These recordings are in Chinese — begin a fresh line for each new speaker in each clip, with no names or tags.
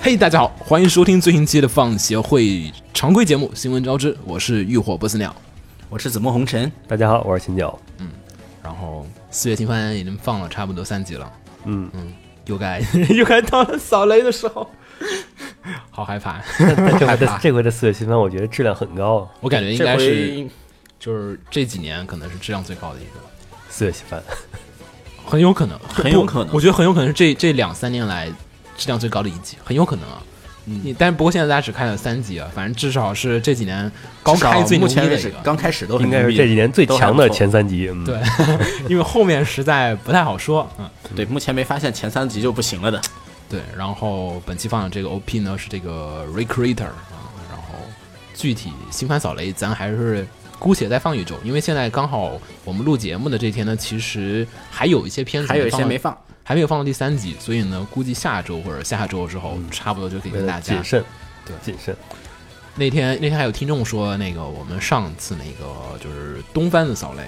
嘿、大家好，欢迎收听最新期的放协会常规节目《新闻招之》，我是浴火不死鸟。
我是紫陌红尘，
大家好，我是秦九。
然后四月新番已经放了差不多三集了，
嗯，
又该 又该到了扫雷的时候，好害 怕，
这
害
回
怕
的。这回的四月新番，我觉得质量很高啊。
我感觉应
这
该是
回
就是这几年可能是质量最高的一个，
四月新番，
很有可能，
很有可能
不我觉得很有可能是这这两三年来质量最高的一集，很有可能啊。
嗯
你但不过现在大家只看了三集啊，反正至少是这几年高
至少
开最牛
目
逼
前为
的一
止
个。
刚开始都很
应该是
牛逼
这几年最强的前三集。嗯，
对， 因为后面实在不太好说，嗯，
对，目前没发现前三集就不行了的。
对。然后本期放的这个 OP 呢是这个 Recreator 啊，然后具体新番扫雷咱还是姑且再放一周，因为现在刚好我们录节目的这天呢，其实还有一些片子
还有一些
放到
没放，
还没有放到第三集，所以呢，估计下周或者下周之后，
嗯
差不多就可以
为
跟大
了
家
呃谨慎，
对
谨慎。
那天那天还有听众说，那个我们上次那个就是东番的扫雷，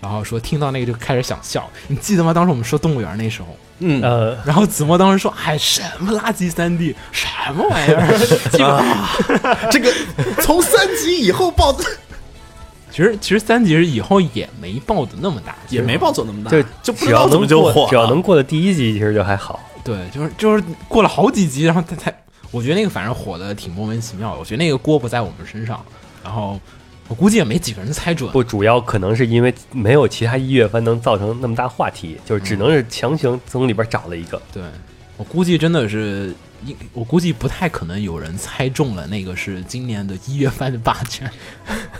然后说听到那个就开始想笑。你记得吗？当时我们说动物园那时候，
嗯，
呃，
然后子墨当时说：“哎，什么垃圾三 D，什么玩意 儿？”这个嗯
这个从三集以后爆
其实其实三级以后也没爆的那么大，
也没爆走那么大，
就
就不
只
知
要
道怎
能
么就
过，
火了，
只要能过了第一集，其实就还好。
对，就是就是过了好几集，然后他才，我觉得那个反正火的挺莫名其妙的。我觉得那个锅不在我们身上，然后我估计也没几个人猜准。
不，主要可能是因为没有其他一月番能造成那么大话题，就是只能是强行从里边找了一个。
对，我估计真的是，应我估计不太可能有人猜中了那个是今年的一月番的霸权，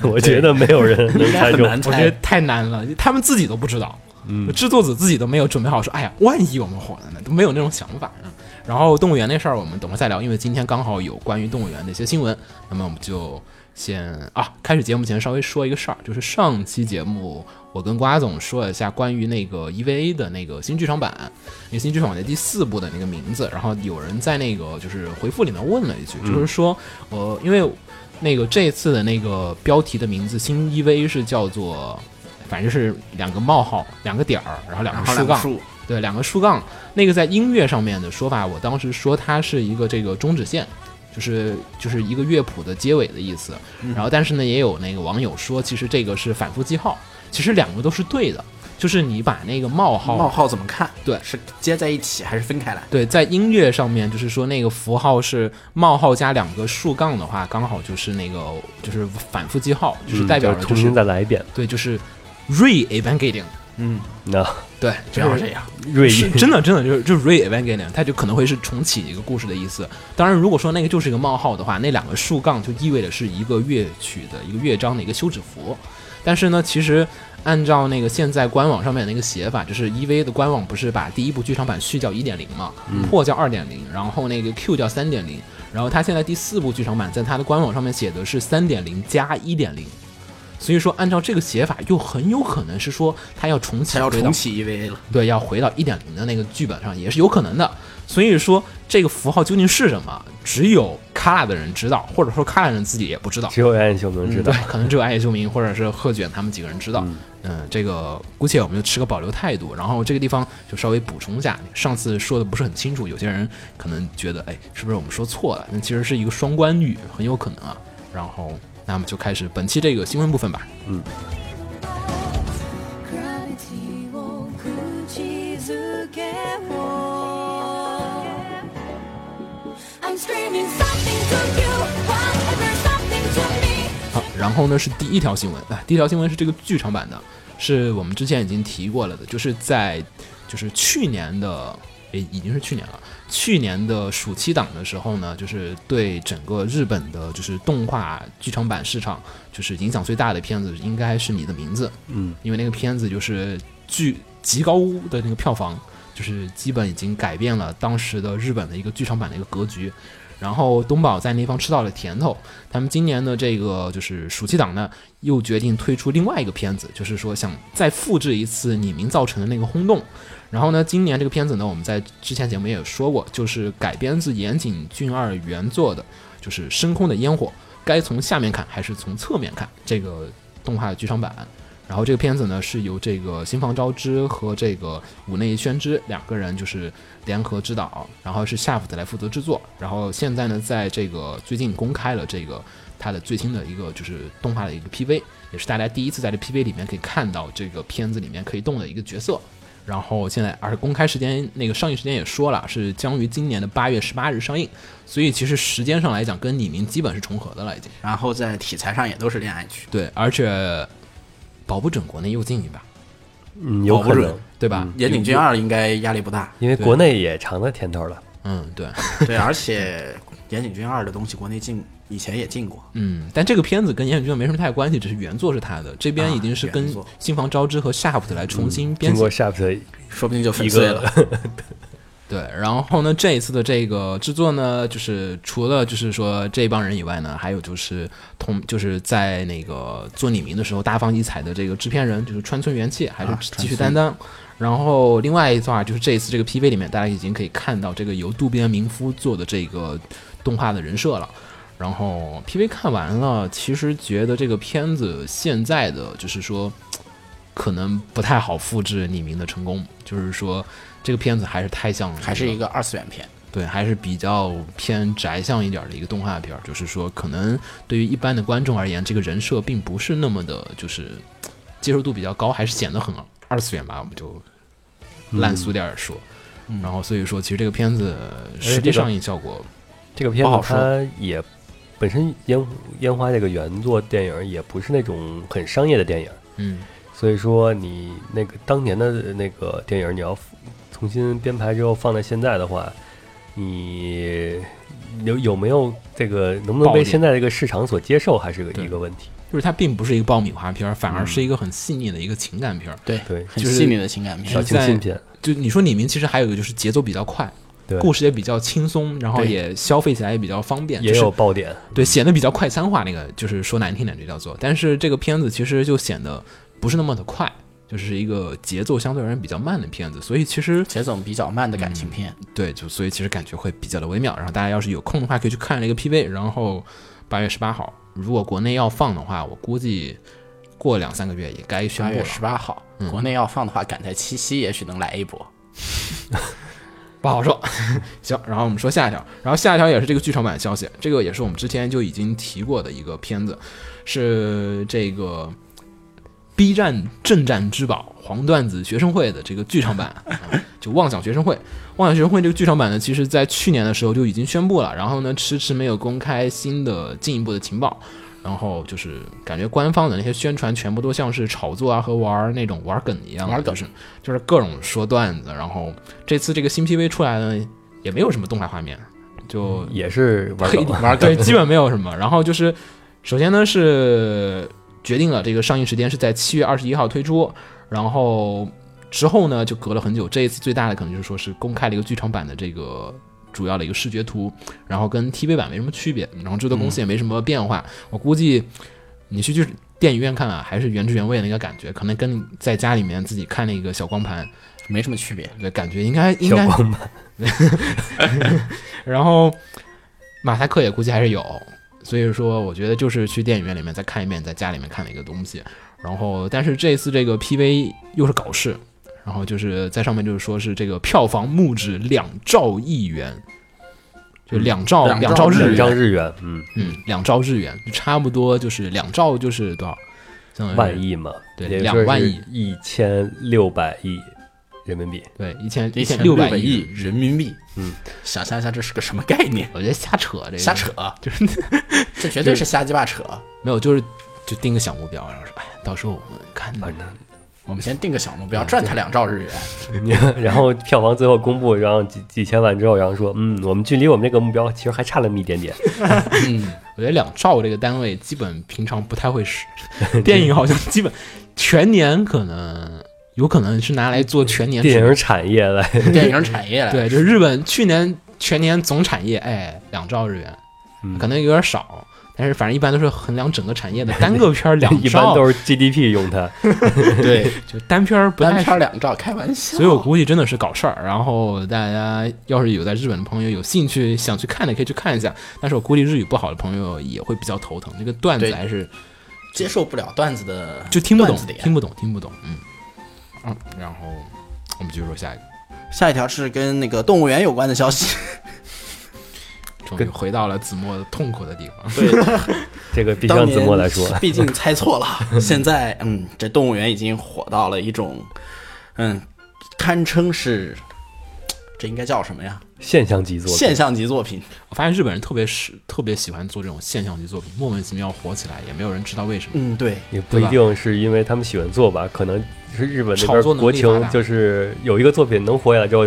我觉得没有人能
应该
猜
很
中。嗯
我
难
觉得
猜。
太难了，他们自己都不知道，嗯，制作组自己都没有准备好说，哎呀，万一我们火了呢，都没有那种想法。嗯然后动物园那事儿我们等会儿再聊，因为今天刚好有关于动物园的一些新闻，那么我们就先啊，开始节目前稍微说一个事儿，就是上期节目我跟瓜总说了一下关于那个 EVA 的那个新剧场版，那个新剧场版的第四部的那个名字，然后有人在那个就是回复里面问了一句，
嗯
就是说，呃，因为那个这次的那个标题的名字新 EVA 是叫做。反正是两个冒号，两个点儿，然后两个
然后
竖
两个
杠，
数，
对，两个竖杠。那个在音乐上面的说法，我当时说它是一个这个终止线，就是就是一个乐谱的结尾的意思。
嗯
然后，但是呢，也有那个网友说，其实这个是反复记号，其实两个都是对的，就是你把那个冒号
冒号怎么看？
对
是接在一起还是分开来？
对，在音乐上面，就是说那个符号是冒号加两个竖杠的话，刚好就是那个就是反复记号，就是代表
嗯
着
是
就
重
是、
新再来一遍。
对，就是 re evangeling，
嗯，
那
对，
只
就
要
是
这样，
瑞
是真的，真的就是就是 re evangelion，它就可能会是重启一个故事的意思。当然，如果说那个就是一个冒号的话，那两个竖杠就意味着是一个乐曲的一个乐章的一个休止符。但是呢，其实按照那个现在官网上面的那个写法，就是 EVA 的官网不是把第一部剧场版续叫一点零嘛，破叫二点零，然后那个 Q 叫三点零，然后它现在第四部剧场版在它的官网上面写的是三点零加一点零。所以说，按照这个写法，又很有可能是说它要重启
才要
回到
重启 EVA 了。
对，要回到一点零的那个剧本上也是有可能的。所以说，这个符号究竟是什么，只有卡拉的人知道，或者说卡拉人自己也不知道。
只有安秀能知道
嗯对。，可能只有暗夜秀明或者是贺卷他们几个人知道。嗯，这个姑且我们就持个保留态度。然后这个地方就稍微补充一下，上次说的不是很清楚，有些人可能觉得，哎，是不是我们说错了？那其实是一个双关语，很有可能啊。然后，那么就开始本期这个新闻部分吧。
gravity を口づけを I'm screaming something to you What if there's something to me
好，然后呢是第一条新闻啊，第一条新闻是这个剧场版的，是我们之前已经提过了的，就是在就是去年的也已经是去年了。去年的暑期档的时候呢，就是对整个日本的，就是动画剧场版市场，就是影响最大的片子，应该是《你的名字》。
嗯，
因为那个片子就是剧极高的那个票房，就是基本已经改变了当时的日本的一个剧场版的一个格局。然后东宝在那方吃到了甜头，他们今年的这个就是暑期档呢，又决定推出另外一个片子，就是说想再复制一次李明造成的那个轰动。然后呢，今年这个片子呢，我们在之前节目也有说过，就是改编自岩井俊二原作的，就是《升空的烟火》，该从下面看还是从侧面看这个动画剧场版。然后这个片子呢是由这个新房昭之和这个武内宣之两个人就是联合指导，然后是夏普的来负责制作。然后现在呢，在这个最近公开了这个它的最新的一个就是动画的一个 PV，也是大家第一次在这 PV 里面可以看到这个片子里面可以动的一个角色。然后现在，而公开时间那个上映时间也说了，是将于今年的八月十八日上映，所以其实时间上来讲跟李明基本是重合的了已经。
然后在题材上也都是恋爱剧，
对，而且保不准国内又进一把，
嗯，有
保哦不
可
准
能，嗯
对吧？
岩井俊二应该压力 不大。
因为国内也尝到甜头了。
嗯，对，
对，而且岩井俊二的东西国内进以前也进过，
嗯，但这个片子跟岩井俊二没什么太大关系，只是原作是他的，这边已经是
啊
跟
原作
新房昭之和夏普特来重新编
嗯经
辑
过 Shaft 的
说不定就粉
一
碎
个
了。
对，然后呢，这一次的这个制作呢，就是除了就是说这帮人以外呢，还有就是同就是在那个做李明的时候大放异彩的这个制片人，就是川村元气，还
啊
是继续
川
担
村
当。然后另外一段就是这一次这个 PV 里面，大家已经可以看到这个由渡边明夫做的这个动画的人设了。然后 PV 看完了，其实觉得这个片子现在的就是说，可能不太好复制李明的成功，就是说这个片子还是太像
还是
这
一个二次元片，
对，还是比较偏宅向一点儿的一个动画片儿，就是说，可能对于一般的观众而言，这个人设并不是那么的，就是接受度比较高，还是显得很二次元吧，我们就烂俗点儿说。然后所以说，其实嗯哎这个片子呃实际上映效果，
这个片
不
子
好，说
它也本身烟烟花这个原作电影也不是那种很商业的电影，
嗯，
所以说你那个当年的那个电影，你要重新编排之后放在现在的话，你有有没有这个能不
爆
能被
点
现在这个市场所接受，还是个
对
一个问题。
就是它并不是一个爆米花片儿，反而
嗯
是一个很细腻的一个情感片儿。
对
对
很
就是
细腻的情感
小
片。
清新片，
就你说李明，其实还有一个就是节奏比较快，
对，
故事也比较轻松，然后
对
也消费起来也比较方便，
也
就是
有爆点。
对，显得比较快餐化，那个就是说难听点就叫做。但是这个片子其实就显得不是那么的快，就是一个节奏相对而言比较慢的片子，所以其实
节奏比较慢的感情片，
对，就所以其实感觉会比较的微妙。然后大家要是有空的话，可以去看这个 PV。然后八月十八号，如果国内要放的话，我估计过两三个月也该宣
八
布
月
了。
十八号，国内要放的话，赶在七夕也许能来一波。
不好说。 行，然后我们说下一条，然后下一条也是这个剧场版消息，这个也是我们之前就已经提过的一个片子，是这个 B 站镇站之宝黄段子学生会的这个剧场版，啊就妄想学生会。妄想学生会这个剧场版呢，其实在去年的时候就已经宣布了，然后呢迟迟没有公开新的进一步的情报。然后就是感觉官方的那些宣传全部都像是炒作啊和玩儿那种玩儿梗一样的，
玩梗
就是就是各种说段子。然后这次这个新 PV 出来呢，也没有什么动态画面，就
也是玩
黑
梗，
玩对，基本没有什么。然后就是，首先呢是决定了这个上映时间是在七月二十一号推出，然后之后呢就隔了很久。这一次最大的可能就是说是公开了一个剧场版的这个。主要的一个视觉图，然后跟 TV 版没什么区别，然后制作公司也没什么变化。我估计你去就是电影院看啊，还是原汁原味的那个感觉，可能跟你在家里面自己看那个小光盘
没什么区别。
的感觉应该应
小
该
光吧，
然后马赛克也估计还是有，所以说我觉得就是去电影院里面再看一遍，在家里面看的一个东西。然后，但是这次这个 PV 又是搞事，然后就是在上面就是说是这个票房目指两兆亿元，就两兆
嗯
两
两
兆
兆
日
两兆
元，
日元，嗯，
嗯，两兆日元，就差不多就是两兆就是多少？相当于
万亿嘛，
对
也
两
就是
万亿
一千六百亿人民币。
对，一千
一
千
千
六
六
百
百亿人民币，
嗯，
想象一下这是个什么概念？
我觉得瞎扯这个
瞎扯，
就是
这绝对是瞎鸡巴扯。
没有，就是就定个小目标，然后说，哎，到时候我们看
反正
我们先定个小目标，赚他两兆日元。
然后票房最后公布，然后几几千万之后，然后说，嗯，我们距离我们这个目标其实还差那么一点点。
嗯，
我觉得两兆这个单位基本平常不太 会使，电影好像基本全年可能有可能是拿来做全年
电影产业来，
电影产业来，
对，就是日本去年全年总产业，哎，两兆日元，
嗯
可能有点少，但是反正一般都是衡量整个产业的，单个片儿两
一般
兆，
都是 GDP 用 它。
对，
就单片儿不
单
太
片两兆，开玩笑。
所以我估计真的是搞事儿。然后大家要是有在日本的朋友有兴趣想去看的，可以去看一下。但是我估计日语不好的朋友也会比较头疼，这个段子
对
还是
接受不了段子的，
就听不懂
段子，点
听不懂，听不懂。嗯，嗯，然后我们继续说下一个，
下一条是跟那个动物园有关的消息。
终于
跟
回到了子墨痛苦的地方。
对，
这个必须
当
让
年
子墨来说，
毕竟猜错 了。现在，嗯，这动物园已经火到了一种，嗯，堪称是，这应该叫什么呀？
现象级作品。
现象级作品。
我发现日本人特别是特别喜欢做这种现象级作品，莫名其妙火起来，也没有人知道为什么。
嗯，对，
也不一定是因为他们喜欢做吧，可能是日本那
炒作
边
能力
国
发达
情，就是有一个作品能火起来之后，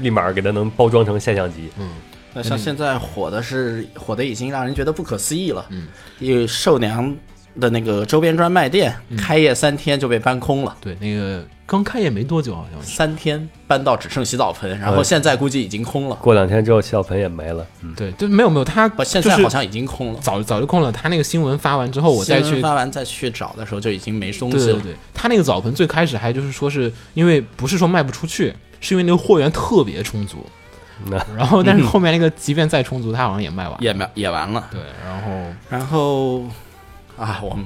立马给它能包装成现象级。
嗯，
那像现在火的是火的已经让人觉得不可思议了。
嗯，
有寿娘的那个周边专卖店、
嗯
开业三天就被搬空了。
对，那个刚开业没多久，好像是。
三天搬到只剩洗澡盆，然后
哎
呃
现在估计已经空了。
过两天之后，洗澡盆也没了。
对，就没有没有，他
不，现
就
在
是
哦好像已经空了。
早早就空了。他那个新闻发完之后，我再
新闻
去
发完再去找的时候就已经没东
对
西
对
了。
对，他那个澡盆最开始还就是说是因为不是说卖不出去，是因为那个货源特别充足，
那
然后但是后面那个即便再充足，他好像也卖完。
嗯也没也完了。
对，然后
然后啊，我们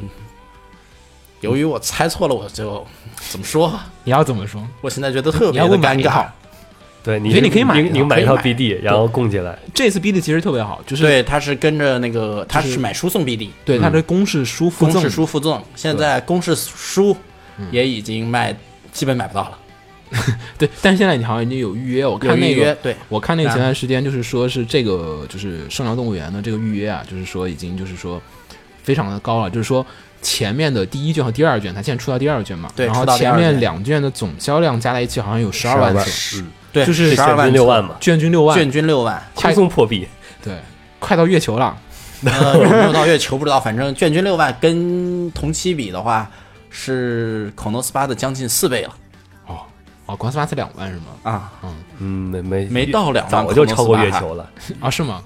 由于我猜错了，我就怎么说？
你要怎么说？
我现在觉得特
你
别
要
的
不买
尴
一
尬
套。？
对，你
觉得你可以买
你
一
你
套
买一套
可以买
BD，然后供起来。
这次 BD 其实特别好，就是
对，他是跟着那个，他
就是
是买输送 BD，
对它的公式书附
公
赠
式书附赠。现在公式书也已经卖，基本买不到了。
对，但是现在你好像已经有预约，我
有
嗯看那
预约
个。
对，
我看那个
啊
前段时间就是说是这个就是圣疗动物园的这个预约啊，就是说已经就是说非常的高了，就是说前面的第一卷和第二卷，它现在出到第二卷嘛，
对
然后
出到第
前
二卷
面两卷的总销量加在一起好像有十二万
12万
册，
对，
就是
十二
现
万
金六万嘛，
卷均六
册，
万，
卷均六 万。
轻松破壁。
对，快到月球了，
呃，有没有到月球不知道，反正卷均六万跟同期比的话，是孔诺斯巴的将近四倍了
哦哦，光斯巴才两万是吗？
啊。
嗯，没没
没到两万
早就超过月球了。
啊是吗？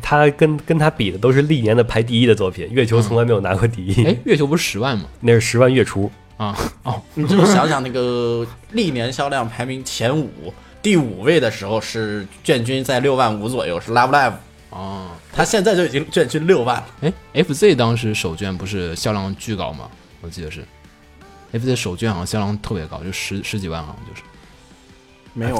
他跟跟他比的都是历年的排第一的作品，月球从来没有拿过第一，
哎，月球不是十万吗？
那是十万月初。
啊哦，
你就想想那个历年销量排名前五，第五位的时候是卷均在六万五左右，是 Love Live，
哦，
他现在就已经卷均六万了。
哎，FZ 当时首卷不是销量巨高吗？我记得是，FZ 首卷好像销量特别高，就十十几万好像就是
没有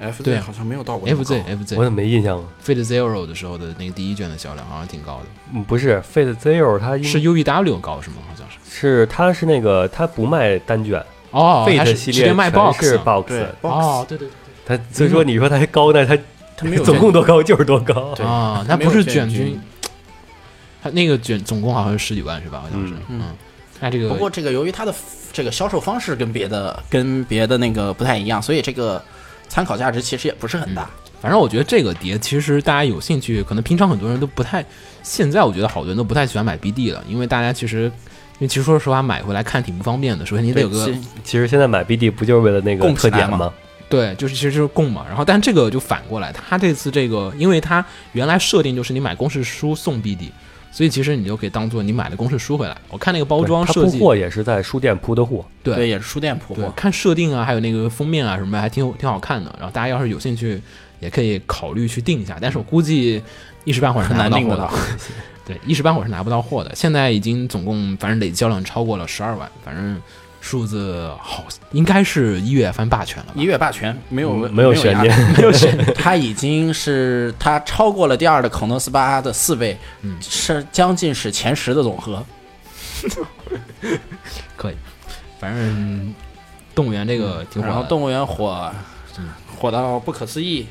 F
对啊
像没有到过那么高
FZ FZ
我怎么没印象啊？
Fate Zero 的时候的那个第一卷的销量好像挺高的，
嗯不是 Fate Zero，它应
是 UEW 高是吗？好像是
是它是那个它不卖单卷
哦，它
，Fate
是
系
直
列
接卖
全
box
是
啊
box，
对
哦，对对对
它所以说你说它高呢，它
他没有
总共多高就是多高。
对
啊，那
它没
不
有
是卷
卷
均
均，
它那个卷总共好像是十几万是吧？好像是
嗯，
嗯，那这个
不过这个由于它的这个销售方式跟别的跟别的那个不太一样，所以这个参考价值其实也不是很大。
反正我觉得这个碟其实大家有兴趣，可能平常很多人都不太，现在我觉得好多人都不太喜欢买 BD 了，因为大家其实，因为其实说实话买回来看挺不方便的，首先你得有个
对
其实现在买 BD 不就是为了那个
供
特
起来
点
嘛
吗？
对，就是其实就是供嘛。然后，但这个就反过来，他这次这个，因为他原来设定就是你买公式书送 BD，所以其实你就可以当做你买了公式书回来。我看那个包
对
装
它
设
铺
计，
货也是在书店铺的货。
对
对，也是书店铺
对
货，。
看设定啊，还有那个封面啊什么的，还挺有挺好看的。然后大家要是有兴趣，也可以考虑去订一下。但是我估计一时半会儿是
很
拿
难
不
订
到
得
货的
到。
对，一时半会儿是拿不到货的。现在已经总共反正累计销量超过了十二万，反正数字好，应该是一月翻霸权了吧
一？月霸权没有
没有悬
压力
念，
没有选
它已经是它超过了第二的孔诺斯巴的四倍，
嗯
是将近是前十的总和。
可以，反正动物园这个挺火
嗯然后
的。
动物园火，火到不可思议。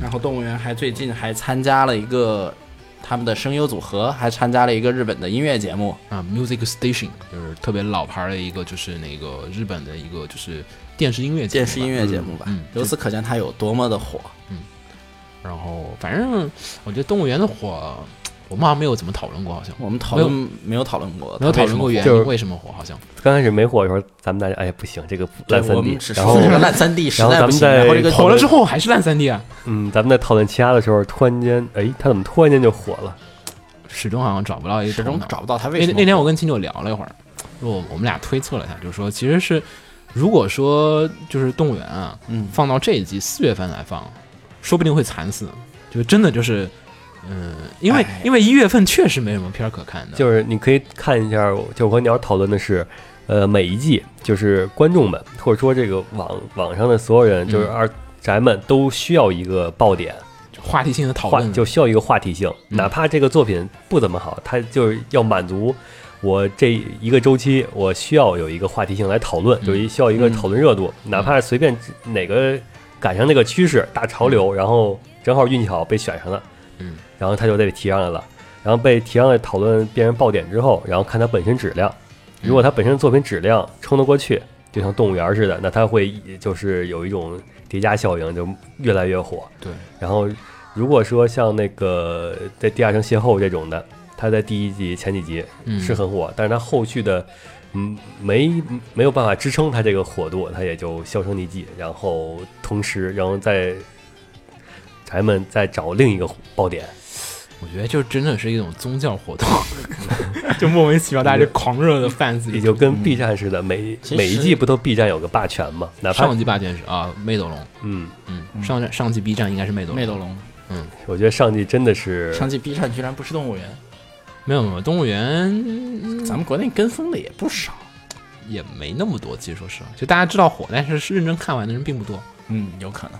然后动物园还最近还参加了一个他们的声优组合还参加了一个日本的音乐节目，
啊，Music Station 就是特别老牌儿的一个，就是那个日本的一个就是电视音乐节目
电
吧
视音乐节目吧。
嗯嗯
由此可见，它有多么的火。
然后反正我觉得动物园的火，我们好像没有怎么讨论过，好像
我们讨论没有讨论过，
没有讨论过
它为
原
就
因
是
为什么火，好像
刚开始没火的时候，咱们大家哎不行，这个烂
什么火。对，
三
我
D
们只。
然
说
后
这个烂三 D 实在不行，
然后咱们再
然后这个
火了之后还是烂三 D 啊，
嗯，咱们在讨论其他的时候，突然间哎，他怎么突然间就火了？
始终好像找不到一个
始终
头脑
找不到它为
那
什么
那天我跟秦九聊了一会儿，我我们俩推测了一下，就是说其实是如果说就是动物园啊，
嗯
放到这一季四月份来放，说不定会惨死，就真的就是。嗯，因为
哎
因为一月份确实没什么片儿可看的，
就是你可以看一下，就我和鸟讨论的是，呃，每一季就是观众们或者说这个网网上的所有人，就是
嗯
二宅们都需要一个爆点，
话题性的讨
话
论
就需要一个话题性，
嗯
哪怕这个作品不怎么好，它就是要满足我这一个周期，我需要有一个话题性来讨论，
嗯
有一需要一个讨论热度，哪怕随便哪个赶上那个趋势大潮流，然后正好运气好被选上了，
嗯，
然后他就被提上来了，然后被提上来讨论变成爆点之后，然后看它本身质量，
嗯
如果它本身的作品质量撑得过去。就像动物园似的，那它会就是有一种叠加效应，就越来越火。
对，
然后，如果说像那个在地下城邂逅这种的，它在第一集前几集
嗯
是很火，但是它后续的，嗯，没没有办法支撑它这个火度，它也就销声匿迹。然后同时，然后再咱们再找另一个爆点，
我觉得就真的是一种宗教活动， 就莫名其妙 大家就狂热的 fans
也就跟 B 站似的，每
其实
每一季不都 B 站有个霸权嘛？哪怕
上季霸权是啊，魅斗龙，
嗯，
嗯，上上上季 B 站应该是魅斗龙，
魅斗龙
我觉得上季真的是
上季 B 站居然不是动物园，
没有没有，动物园
咱们国内跟风的也不少。
也没那么多，其实说实话，就大家知道火，但是是认真看完的人并不多。
嗯，有可能。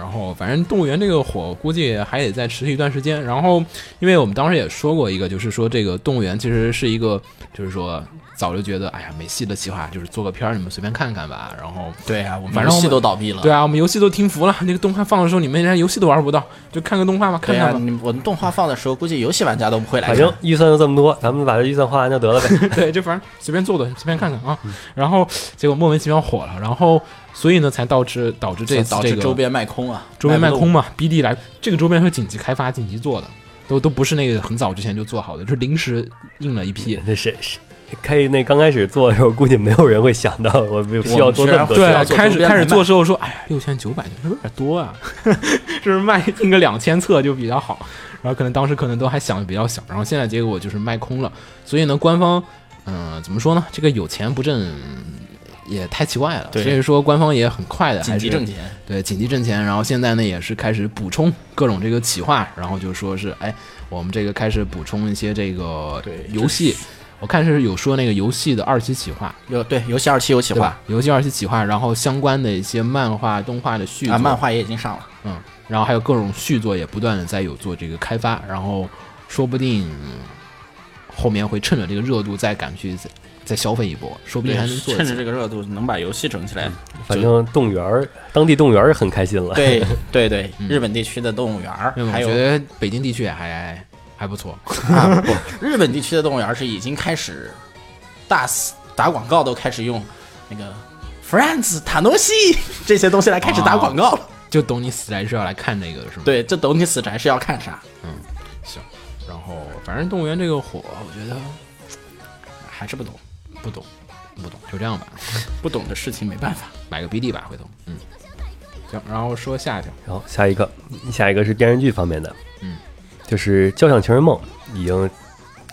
然后，反正动物园这个火估计还得再持续一段时间。然后，因为我们当时也说过一个，就是说这个动物园其实是一个，就是说早就觉得，哎呀，没戏的企划，就是做个片儿，你们随便看看吧。然后，
对啊，我们
反正我们
游戏都倒闭了。
对啊，我们游戏都停服了，那个动画放的时候，你们连游戏都玩不到，就看个动画嘛，看
对
看
啊，
吧。
你我们动画放的时候，估计游戏玩家都不会来
反
看。
正预算就这么多，咱们把这预算花完就得了 呗。
对，就反正随便做做，随便看看啊。
嗯
然后结果莫名其妙火了，然后所以呢才导致导致这次
导
这
致
个
周边卖空啊，
周边卖
卖不
空嘛，BD 来这个周边是紧急开发、紧急做的，都都不是那个很早之前就做好的，就是临时印了一批。
那谁谁开那刚开始做的时候，估计没有人会想到我需要做这么多事
我们居
儿
然要
对，
做
开
周
始
边
开始
来卖
做之后说，哎呀，六千九百有点多啊， 就是卖印个两千册就比较好。然后可能当时可能都还想的比较小，然后现在结果就是卖空了。所以呢，官方，嗯、怎么说呢？这个有钱不挣也太奇怪了。所
对
以说官方也很快的，
紧
还
急
是
挣钱。
对，紧急挣钱，然后现在呢也是开始补充各种这个企划，然后就说是哎，我们这个开始补充一些这个
对
游戏，我看是有说那个游戏的二期企划，
有对游戏二期有企
对
划
吧？游戏二期企划，然后相关的一些漫画、动画的续作，
啊，漫画也已经上了。
嗯，然后还有各种续作也不断的在有做这个开发，然后说不定后面会趁着这个热度再赶去再再消费一波，说不定还能做一
趁
次
着这个热度能把游戏整起来。
反正动物园儿当地动物园儿很开心了。
对对对，日本地区的动物园儿
嗯因为，我
还有
觉得北京地区也还还不错，
啊， 不，日本地区的动物园是已经开始大肆打广告，都开始用那个 Friends、塔诺西 这些东西来开始打广告了。
就懂你死宅是要来看那个是吗？
对，这懂你死宅是要看啥？
行，然后反正动物园这个火，我觉得
还是不懂，
不懂，不懂，就这样吧，
不懂的事情没办法。
买个 BD 吧，回头，嗯，行，然后说下一条，
然后下一个，下一个是电视剧方面的，
嗯，
就是《交响情人梦》已经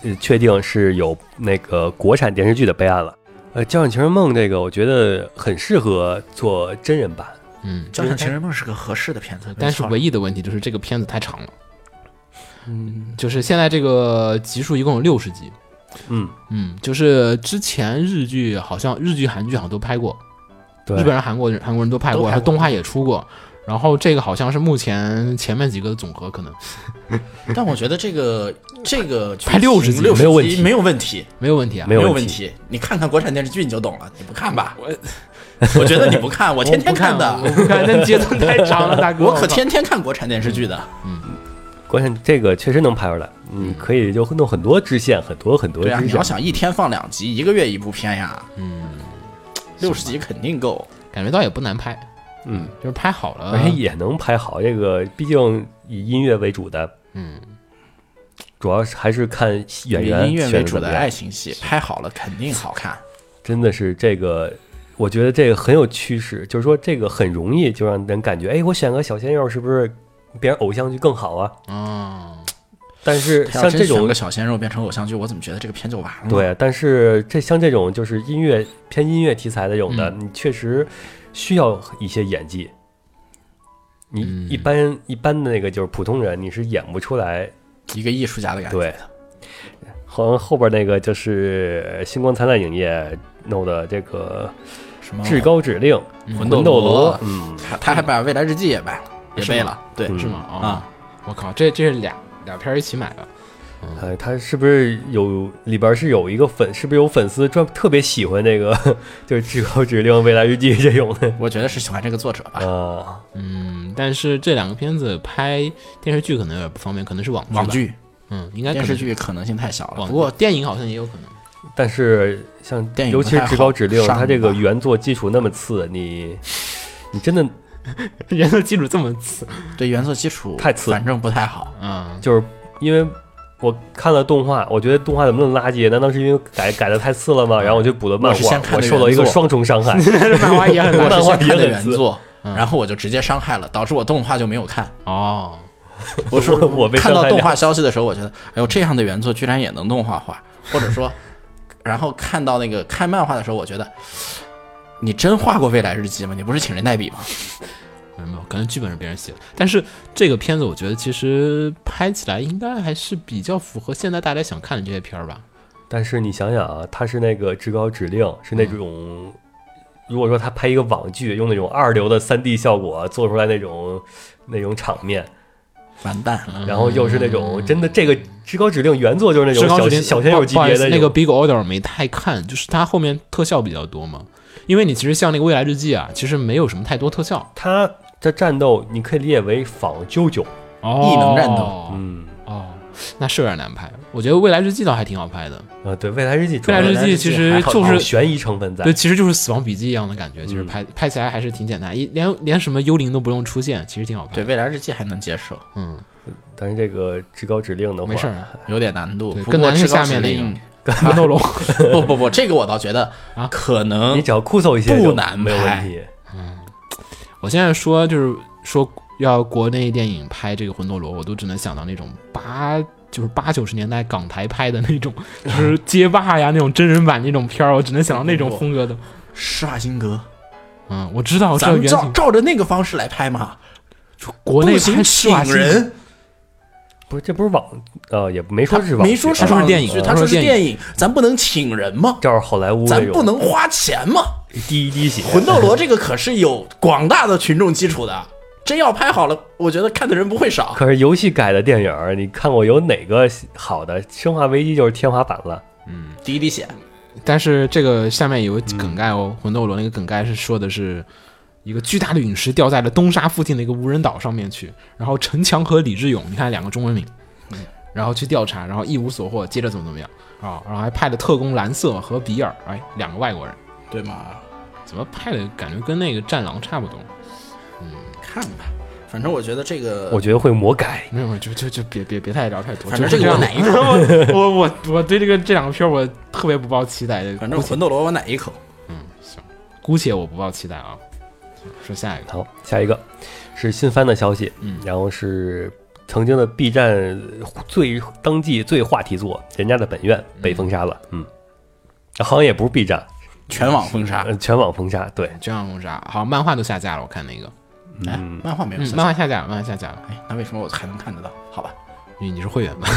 呃确定是有那个国产电视剧的备案了。呃，《交响情人梦》这个我觉得很适合做真人版，
嗯，
《交响情人梦》是个合适的片子，
但是唯
一
一的问题就是这个片子太长了，嗯，就是现在这个集数一共有六十集，
嗯，
嗯，就是之前日剧好像日剧、韩剧好像都拍过，
对，
日本人、韩国人、韩国人都拍
都
过，
拍
然后
过
动画也出过。然后这个好像是目前前面几个的总和，可能
但我觉得这个这个
拍60集
六
没有问题
没有问题，
没有问题啊，
没有
有
问
问
题
题。你看看国产电视剧你就懂了，你不看吧？我我觉得你不看，我
我
天天
不看
的
我，不看，但节奏太长了，大哥，
我可
操
天天看国产电视剧的。
关键这个确实能拍出来，你可以就弄很多支线，很多很多
对啊，
支
嗯你要
线。
想一天放两集，一个月一部片呀，
嗯，
六十集肯定够。
感觉倒也不难拍，
嗯，
就是拍好了
而，且也能拍好。这个毕竟以音乐为主的，
嗯，
主要是还是看演
以
员
音乐为
选择
主
怎
的
么样
爱情戏，拍好了肯定好看。
真的是这个，我觉得这个很有趋势，就是说这个很容易就让人感觉，哎，我选个小鲜肉是不是别人偶像剧更好啊？
哦，
但是
他
像
要真
这
选
种
个，小嗯鲜肉变成偶像剧，我怎么觉得这个片就完了？，
对，但是这像这种就是音乐偏音乐题材的有
嗯
的，你确实需要一些演技。你
嗯
一般一般的那个就是普通人，你是演不出来。
一个艺术家的感觉。
对，好像后边那个就是呃星光灿烂影业弄的这个
什么
《至高指令》
哦魂
斗
斗
罗
罗》，，
嗯，
他他还把未来日记也卖了，也
是吗
背了。对，
嗯
是吗？哦
啊，
我靠，这这是俩俩片儿一起买的，
呃，他是不是有里边是有一个粉，是不是有粉丝专特别喜欢这个， 就是《至高指令》《未来日记》这种 的
我觉得是喜欢这个作者吧。
啊？
嗯，但是这两个片子拍电视剧可能有点不方便，可能是网剧吧
网，剧、
嗯，应该可
电
能
视
是
剧可能性太小了。
网剧，
不过
电影好像也有可能，
但是像
电影
尤其是《
不太
至高
好
指令》，
上
它这个
吧
原作基础那么次，你你真的
人的基础这么次，
对原作基础
太次
反正不 太好。
嗯，
就是因为我看了动画，我觉得动画怎么那么垃圾？难道是因为改改的太次了吗？然后我就补了漫
啊我是先
画，
看
我
的
受了
原
一个
作
双重伤害。
漫画也很
我
难
的漫
我
画
是先
也
看的
很
原
次
作，
嗯
然后我就直接伤害了，导致我动画就没有看。
哦，
我是
我我被
看
伤
到
害
动
了
画消息的时候，我觉得，哎呦，这样的原作居然也能动画化，或者说，然后看到那个看漫画的时候，我觉得，你真画过《未来日记》吗？你不是请人代笔吗？
没有没有，可能剧本是别人写的，但是这个片子我觉得其实拍起来应该还是比较符合现在大家想看的这些片儿吧，
但是你想想啊，他是那个至高指令，是那种、如果说他拍一个网剧，用那种二流的三 D 效果做出来那种那种场面，
完蛋了，
然后又是那种、真的这个至高指令原作就是那
嗯至
种
高
小
指令
小鲜肉级
不好
别
意
的
思那个
种
Big Order 没太看，就是它后面特效比较多嘛。因为你其实像那个《未来日记》啊，其实没有什么太多特效，
他的战斗你可以理解为仿啾啾，
哦
异能战
斗
嗯
哦，那是有点难拍。我觉得《未来日记》倒还挺好拍的，
啊，对，未来日记主
未
要
来
是
日
它
记其实就
有
是
悬疑成分在
对，，其实就是《死亡笔记》一样的感觉，就是
嗯
拍、拍起来还是挺简单，一连连什么幽灵都不用出现，其实挺好拍
对《
的。
未来日记》还能接受，
嗯，
但是这个至高指令的话
没事 儿，
有点难度。
对
不
更
过
难是
至高
下面那
指
个
令
魂斗罗，
不不不，这个我倒觉得
啊
可能
你只要酷搜一些
不
就
难
没有问
拍
题。
我现在说就是说要国内电影拍这个《魂斗罗》，我都只能想到那种八就是八九十年代港台拍的那种， 就是街霸呀那种真人版那种片儿，我只能想到那种风格的。
施瓦辛格，
嗯，我知道，我知
咱
道
们
原
照
型
照着那个方式来拍嘛，
国
不
内
行
拍施
请
瓦辛格
人，
不是，这不是网，呃，也没说是网剧啊，
没说
他说是
网
电影
剧
他
他
说
说
是
是
电
电影，咱不能请人吗？
这是好莱坞
咱
那种
不能花钱吗？
第一滴血，
魂斗罗这个可是有广大的群众基础的，真要拍好了，我觉得看的人不会少。
可是游戏改的电影儿，你看过有哪个好的？《生化危机》就是天花板了。
第一滴血，
但是这个下面有个梗概哦，魂斗罗那个梗概是说的是一个巨大的陨石掉在了东沙附近的一个无人岛上面去，然后陈强和李志勇，你看两个中文名，然后去调查，然后一无所获，接着怎么怎么样啊，然后还派了特工蓝色和比尔，哎，两个外国人，
对吗？
怎么派的感觉跟那个战狼差不多？
看吧，反正我觉得这个，
我觉得会魔改，
没有没有，就就就别别别太聊太多，
反正
就是
这个我
样
奶一口，
我我我我对这个这两个片儿我特别不抱期待，
反正
姑且
魂斗罗我奶一口。
姑且我不抱期待啊。说下一个，
好，下一个是新番的消息，
嗯
然后是曾经的 B 站最当季最话题作《人家的本愿》被封杀了，嗯，好像也不是 B 站，
全网封杀，
呃全网封杀，对，
《绝望谋杀》好，漫画都下架了，我看那个，
哎，漫画没有
嗯，
下
漫画
架，
嗯下架了，漫画下架了，
哎，那为什么我还能看得到？好吧，
你你是会员吧？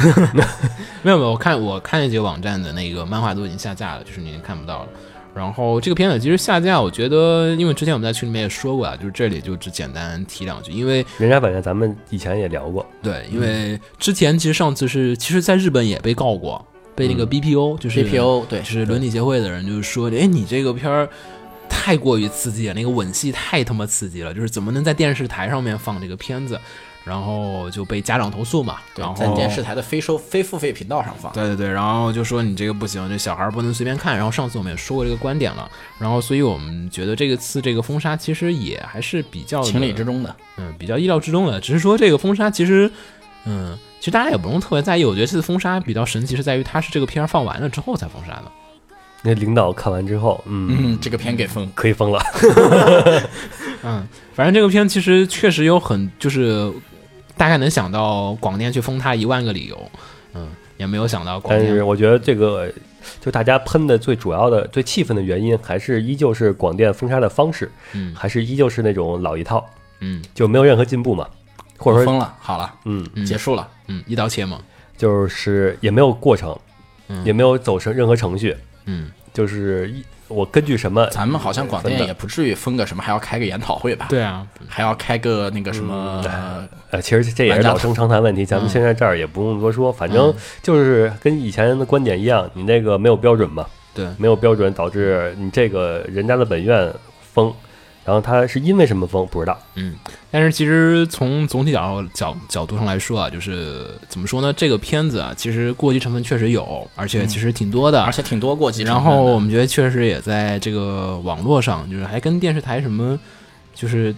没有没有，我看我看那几个网站的那个漫画都已经下架了，就是你已经看不到了。然后这个片子其实下架，我觉得，因为之前我们在群里面也说过啊，就是这里就只简单提两句，因为
《人家本愿》咱们以前也聊过，
对，
嗯
因为之前其实上次是，其实在日本也被告过，被
嗯
那个 BPO、就是
BPO 对
就是伦理协会的人就是说，哎，你这个片儿太过于刺激了，那个吻戏太他妈刺激了，就是怎么能在电视台上面放这个片子？然后就被家长投诉嘛，
对
然，后
在电视台的非收非付费频道上放。
对对对，然后就说你这个不行，这小孩儿不能随便看。然后上次我们也说过这个观点了，然后所以我们觉得这个次这个封杀其实也还是比较的
情理之，中的，
嗯，比较意料之中的。只是说这个封杀其实，嗯，其实大家也不用特别在意。我觉得这次封杀比较神奇是在于它是这个片儿放完了之后才封杀的。
那领导看完之后，嗯，
嗯，这个片给封，
可以封了。
嗯，反正这个片其实确实有很就是大概能想到广电去封它一万个理由，嗯，也没有想到广
但
电
是我觉得这个，就大家喷的最主要的、最气愤的原因，还是依旧是广电封杀的方式，
嗯
还是依旧是那种老一套，
嗯
就没有任何进步嘛，或者说，
封了，好了，
嗯，
嗯
结束了，
嗯一刀切嘛，
就是也没有过程，
嗯
也没有走成任何程序，
嗯，
就是一我根据什么，
咱们好像广电
真的
也不至于封个什么，还要开个研讨会吧？，
对嗯啊，
还要开个那个什么，呃
呃，其实这也是老生常谈问题，咱
嗯
们现在这儿也不用多说，反正就是跟以前的观点一样，你那个没有标准嘛，
对，
没有标准导致你这个人家的本院封，然后他是因为什么封不知道，
但是其实从总体角度角角度上来说啊，就是怎么说呢？这个片子啊，其实过激成分确实有，而且其实挺多的。
而且挺多过激成
然
分的。
后我们觉得确实也在这个网络上，就是还跟电视台什么，就是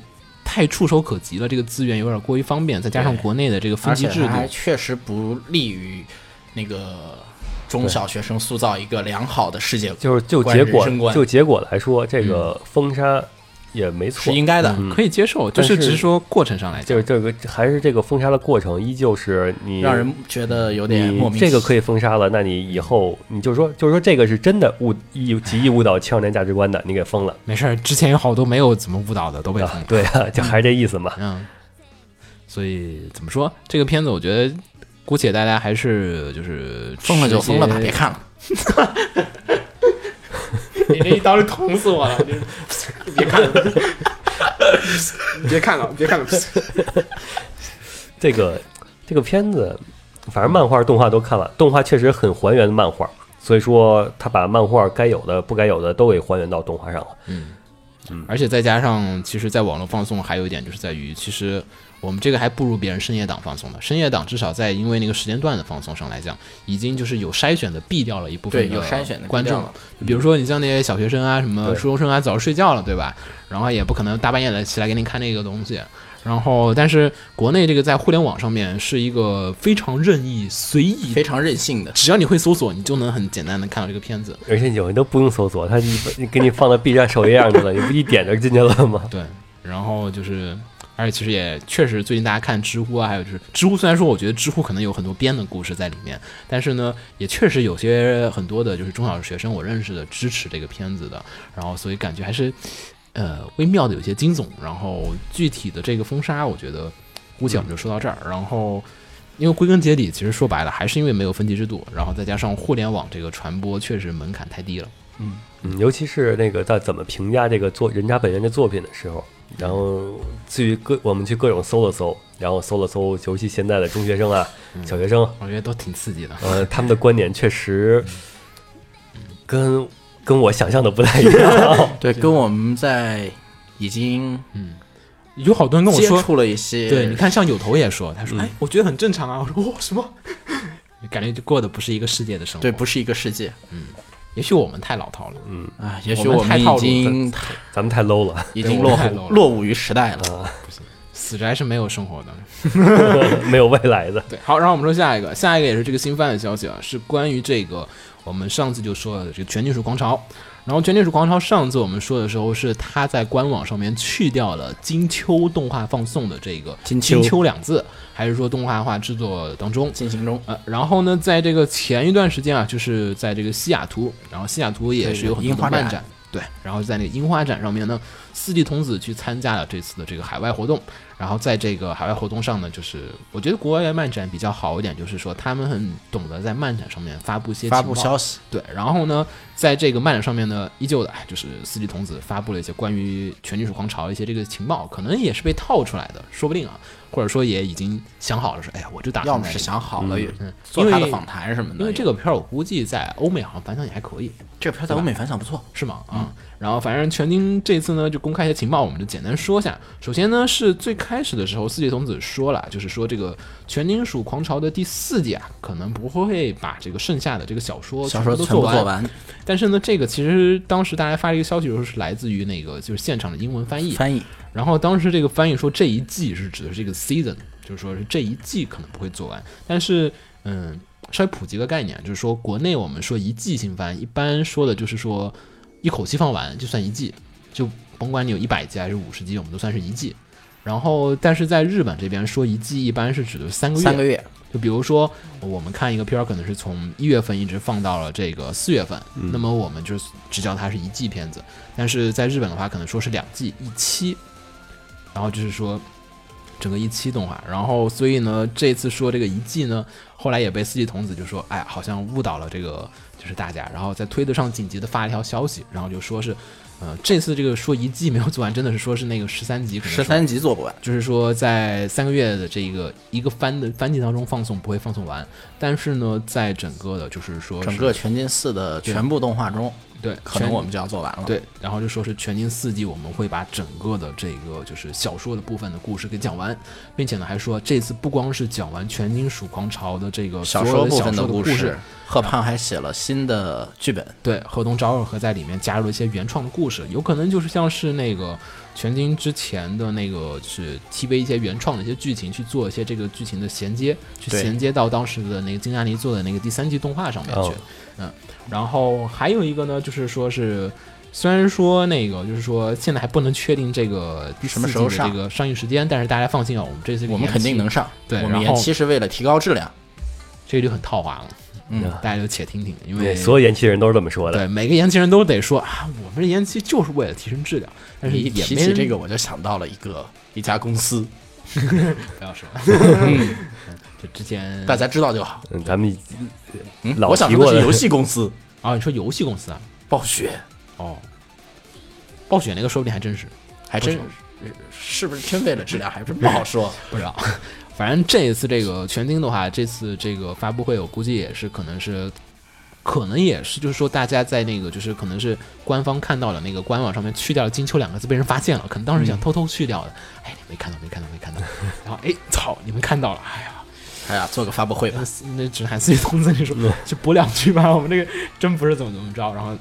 太触手可及了，这个资源有点过于方便，再加上
对
国内的这个分
而
级
且
制度，
还确实不利于那个中小学生塑造一个良好的世界观，
就是就
关
结
于
果
人生观
就结果来说，这个封杀也没
是
错，
应该的。
可以接受，就
但
是
是
只是说过程上来
就
讲
是，这个还是这个封杀的过程，依旧是你
让人觉得有点莫
你
名。嗯
这个可以封杀了，那你以后你就说就是说这个是真的误意极易误导青少年价值观的，你给封了。
没事儿。之前有好多没有怎么误导的都被封
啊，对 啊，就还是这意思嘛。
嗯，所以怎么说这个片子，我觉得姑且大家还是就是
封了就封了吧，
吃一
别
些
看了。
你这一刀就捅死我了！别看了，别看了，别看了。
这个这个片子，反正漫画、动画都看了，动画确实很还原漫画，所以说他把漫画该有的、不该有的都给还原到动画上了。
而且再加上，其实，在网络放送还有一点就是在于，其实我们这个还不如别人深夜档放送的。深夜档至少在因为那个时间段的放送上来讲，已经就是有筛选的避掉了一部分
对有筛选的避
观众
掉了。
比如说你像那些小学生啊，什么
对
初中生啊，早上睡觉了，对吧？然后也不可能大半夜的起来给你看那个东西。然后，但是国内这个在互联网上面是一个非常任意、随意
非常任性的，
只要你会搜索，你就能很简单的看到这个片子。
而且有人都不用搜索，他一给你放到 B 站首页上去了，你不一点就进去了吗？
对，然后就是，而且其实也确实，最近大家看知乎啊，还有就是知乎，虽然说我觉得知乎可能有很多编的故事在里面，但是呢，也确实有些很多的就是中小学生我认识的支持这个片子的，然后所以感觉还是呃微妙的有些惊悚。然后具体的这个封杀，我觉得姑且我们就说到这儿。然后。因为归根结底，其实说白了还是因为没有分级制度，然后再加上互联网这个传播确实门槛太低了。
嗯，尤其是那个在怎么评价这个作人家本人的作品的时候，然后至于各我们去各种搜了搜，然后搜了搜，尤其现在的中学生啊、
嗯
小学生，
我觉得都挺刺激的。
呃， 他们的观点确实跟跟我想象的不太一 样。
对，跟我们在已经
有好多人跟我
接
说，
触了一些，
对，你看像有头也说，他
嗯
说，哎，我觉得很正常啊。我说，哦，什么？ 感觉就过的不是一个世界的生活。
对，，不是一个世界
也许我们太老套了。
啊。也许
嗯我们
我
太
们
套
已
路
经
咱们太 low 了，
已
对
经
我
落
们太
后
落了嗯
落伍于时代了。
死宅是没有生活的。
没有未来的。
对，好，然后我们说下一个，下一个也是这个新番的消息啊，是关于这个我们上次就说的这个《全金属狂潮》。然后《全金属狂潮》上次我们说的时候是它在官网上面去掉了金秋动画放送的这个“
金秋
秋”两字，还是说动画化制作当中
进行中，
呃，然后呢，在这个前一段时间啊，就是在这个西雅图，然后西雅图也是有很多
樱
的
花
漫
展
展，对，然后在那个樱花展上面呢，四季童子去参加了这次的这个海外活动，然后在这个海外活动上呢，就是我觉得国外的漫展比较好一点，就是说他们很懂得在漫展上面发布一些
发
情
布
报
消息，
对，然后呢，在这个漫展上面呢，依旧的哎就是四季童子发布了一些关于全金属狂潮的一些这个情报，可能也是被套出来的，说不定啊，或者说也已经想好了说，哎呀，我就打算
要么
在
是
这个
想好了
嗯
做他
因
的
为
访谈什么的。
因为这个片儿，我估计在欧美好像反响也还可以，
这个片在欧美反响不错，
是吗？啊、然后反正全金这次呢，就公开一些情报，我们就简单说一下。首先呢，是最开始的时候，四界童子说了，就是说这个《全金属狂潮》的第四季啊，可能不会把这个剩下的这个小说
小说
都
全部
完。
做完，
但是呢，这个其实当时大家发这个消息的时候，是来自于那个就是现场的英文翻译。
翻译
然后当时这个翻译说这一季是指的是这个 season，就是说是这一季可能不会做完，但是嗯，稍微普及个概念，就是说国内我们说一季新番，一般说的就是说一口气放完就算一季，就甭管你有一百集还是五十集，我们都算是一季。然后，但是在日本这边说一季一般是指的三个月，
三个月，
就比如说，我们看一个片儿，可能是从一月份一直放到了这个四月份，那么我们就只叫它是一季片子。但是在日本的话，可能说是两季一期，然后就是说整个一期动画。然后所以呢，这次说这个一季呢，后来也被四季童子就说，哎，好像误导了这个就是大家，然后在推特上紧急的发了一条消息，然后就说是，呃，这次这个说一季没有做完，真的是说是那个十三集可能是
十三集做不完，
就是说在三个月的这一个一个番的番季当中放送不会放送完，但是呢，在整个的就是说是
整个全金四的全部动画中，
对
可能
全
我们就要做完了。，
对，然后就说是全金四季我们会把整个的这个就是小说的部分的故事给讲完，并且呢还说这次不光是讲完全金属狂潮的这个
小
所有
说
的
部
小
分
说的
故
事，，
贺胖还写了新的剧本，
对，河东昭二和在里面加入了一些原创的故事，有可能就是像是那个全金之前的那个是 TV 一些原创的一些剧情去做一些这个剧情的衔接，去
对
衔接到当时的那个金阿尼做的那个第三季动画上面去。
哦
嗯，然后还有一个呢，就是说是。虽然说那个就是说现在还不能确定这个第
什
四
么
季
时候
的这
上
个上映时间，但是大家放心啊，我们这次
我们肯定能
上，
上。
对
我们
然
延
后
期是为了提高质量。
这个就很套娃了，
嗯，
大家就且听听，因为
对，所有延期人都是这么说的。
对，每个延期人都得说啊，我们这延期就是为了提升质量，但是
你
也
一
没
提起
人
这个，我就想到了一个一家公司，
不要 说，
嗯
就之前
大家知道就好。
嗯，咱们
嗯，
老
我想
提
说
过
的
了
是游戏公司，
啊，你说游戏公司啊，
暴雪
哦，暴雪那个说不定还真是
还真
不
是不是真为了质量，还真不好说。
不知道， 反正这一次这个全金的话，这次这个发布会我估计也是可能是。可能也是，就是说，大家在那个，就是可能是官方看到了那个官网上面去掉了“金秋”两个字，被人发现了，可能当
嗯
时想偷偷去掉的，哎，你没看到，没看到，没看 到，然后哎，操，你们看到了，哎呀，
哎呀，做个发布会吧
那。 那只喊自己通知你
嗯
说去补两句吧，我们这个真不是怎么怎么着，然后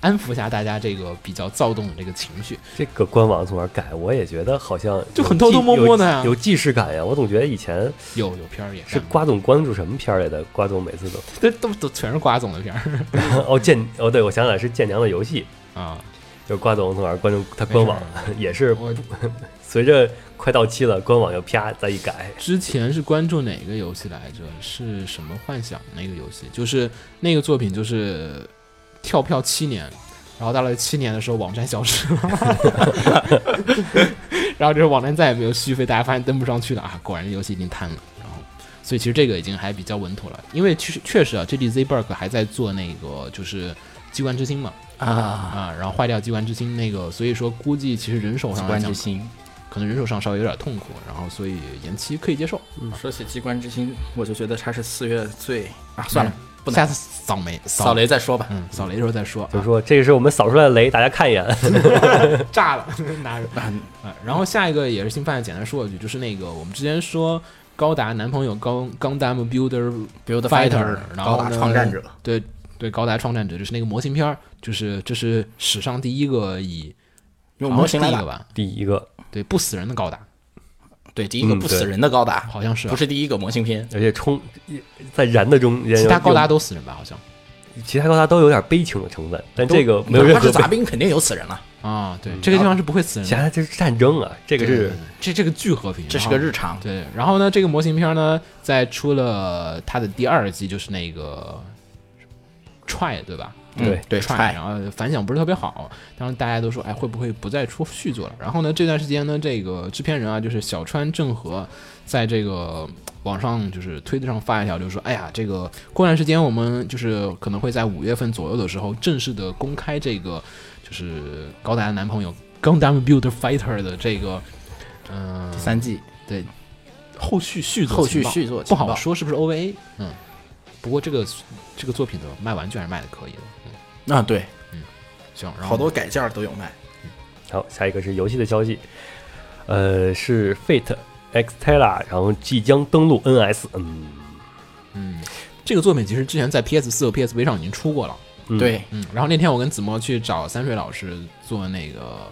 安抚一下大家这个比较躁动的这个情绪。
这个官网从哪儿改，我也觉得好像
就很
有
偷偷
既
摸摸的
有
呀嗯
有既视感呀。我总觉得以前
有有片儿也
是
干
瓜总关注什么片儿来的，瓜总每次都
这都都全是瓜总的片儿
哦剑哦，对我想起来是剑娘的游戏，
啊，
就是瓜总从哪儿关注他官网
没
也是
我
随着快到期了，官网又啪再一改，
之前是关注哪个游戏来着？是什么幻想那个游戏？就是那个作品就是跳票七年，然后到了七年的时候网站消失了， 然后这个网站再也没有续费，大家发现登不上去了啊，果然游戏已经瘫了。然后，所以其实这个已经还比较稳妥了，因为确实确实啊，GDZ Berg 还在做那个就是机关之星嘛
啊，
啊，然后坏掉机关之星那个，所以说估计其实人手
机
上来
关
讲
之，心。
可能人手上稍微有点痛苦，然后所以延期可以接受。
嗯说起机关之心，我就觉得它是四月最
哎
啊，算了，不
下
能
次扫眉
扫，雷再说吧。
嗯，扫雷的时候再说，
就是说这个是我们扫出来的雷，大家看一眼。
炸了， 拿着
啊
啊。然后下一个也是新番，简单说一句，就是那个我们之前说高达男朋友高钢弹 Builder
，Build
Fighter，然
高
后
达
呢
创战者，
对对高达创战者就是那个模型片儿，就是这是史上第一个以
用模型
好
来
像是第一
打
个，吧，
第一个，
对不死人的高达
对，第一个
嗯
不死
对
人的高达，
好像是啊
不是第一个模型片。
而且冲在燃的中间，
其他高达
都
都死人吧，好像
其他高达都有点悲情的成分，但这个没有任
哪怕
何
是
悲
杂，兵，肯定有死人了，
啊，
嗯
对这个地方是不会死人
其
的，
他就是战争啊，这个
对对
是
对这这个巨和平，
这是
然后
个日常。
对，然后呢，这个模型片呢，在出了它的第二季，就是那个 Try 对吧？
嗯
对
对
Try，然后反响不是特别好，当时大家都说，哎，会不会不再出续作了？然后呢，这段时间呢，这个制片人啊，就是小川正和，在这个网上就是推特上发一条，就是说，哎呀，这个过段时间我们就是可能会在五月份左右的时候正式的公开这个就是高达男朋友 Gundam Builder Fighter 的这个。嗯，
第三季
对，后续续作
后续
情报
续作
不
情
好
报
说是不是 OVA，嗯，不过这个这个作品的卖玩具还是卖的可以的，嗯，
啊，对，
行，然后
好多改件儿都有卖。
好，下一个是游戏的消息，呃，是 Fate Extella，然后即将登陆 NS，嗯，
这个作品其实之前在 PS 四和 PSV 上已经出过了，
嗯
对，
嗯，然后那天我跟子墨去找三水老师做那个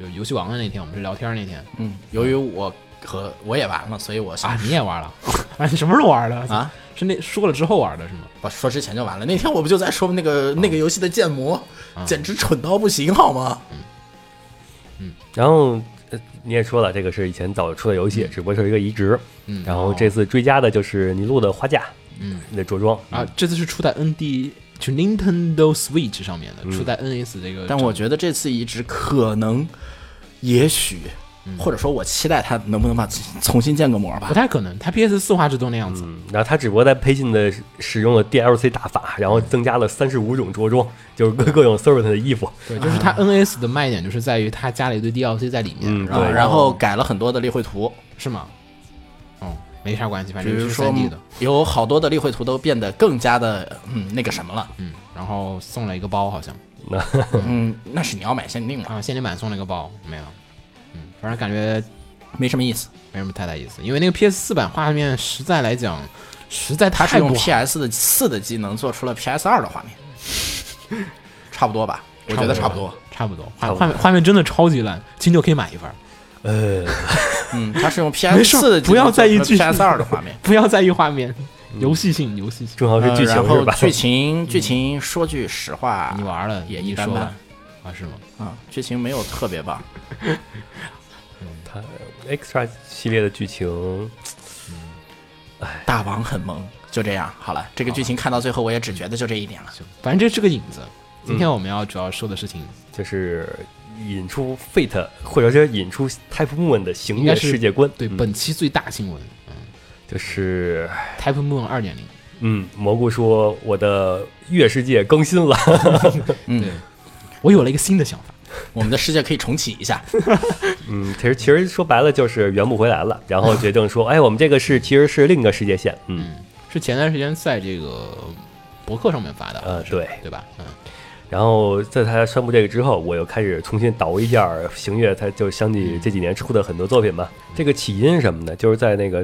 就游戏王的那天，我们是聊天那天
嗯，由于我和我也玩了，所以我想
啊，你也玩了 啊？你什么时候玩的？
啊，
是那说了之后玩的是吗？
我说之前就完了。那天我不就在说那个那个游戏的建模，简直蠢到不行，好吗？
然后、呃、你也说了，这个是以前早出的游戏，只不过是一个移植，
嗯，
然后这次追加的就是尼禄的花架，
嗯，
你的着装
啊，这次是出在 ND 就 Nintendo Switch 上
嗯
面的，出在 NS 这个，
但我觉得这次移植可能，也许，或者说我期待它能不能把重新建个模吧
不。太可能，它 PS 四画质都那样子，
嗯，然后它只不过在配镜的使使用了 DLC 打法，然后增加了三十五种着装，就是各各种 servant 的衣服，
对，就是
啊
它 NS 的卖点就是在于它加了一堆 DLC 在里面，
嗯，
啊然后
对，
然后改了很多的例会图，
是吗？哦，没啥关系，反
比
正
如
是
说
三 D 的，
有好多的例会图都变得更加的嗯那个什么了。
嗯，然后送了一个包好像。
嗯，那是你要买限定嘛，
啊，限定版送了个包，没有，嗯，反正感觉
没什么意思。
没什么太大意思，因为那个 PS 四版画面实在来讲，实在
它是
太
用
不好，
PS 的四的机能做出了 PS 二的画面， 差不多吧？我觉得差不多。，
差不多，
差
画
不多
画面画面真的超级烂，金牛可以买一份儿，
呃，
嗯，它是用
没
PS
事
四的机
不要
能做
在意
出了
剧情
PS 二的画面。
不要在意画面，
嗯
游戏性，游戏性，
正好是
呃
剧
然
情是
后
吧？
剧情剧情说句实话
你，玩了
也
你
一般
说
般
吧，啊是吗？
啊，剧情没有特别棒。
它 Extra 系列的剧情，
大王很萌，就这样好了。这个剧情看到最后，我也只觉得就这一点了。
行，反正这是个引子。
嗯
今天我们要主要说的事情，
就是引出 Fate 或者是引出 Type Moon 的行
应该
月
是
世界观，
对
嗯
本期最大新闻，嗯
就是
，Type Moon 二点零，
嗯，蘑菇说我的月世界更新了，
嗯，
我有了一个新的想法，
我们的世界可以重启一下。
嗯，其实其实说白了就是圆不回来了，然后决定 说，哎，我们这个是其实是另一个世界线，嗯。
是前段时间在这个博客上面发的，
呃
是吧
对
对吧？嗯，
然后在他宣布这个之后，我又开始重新倒一下儿行月，他就相
嗯
继这几年出的很多作品嘛。这个起因是什么呢？就是在那个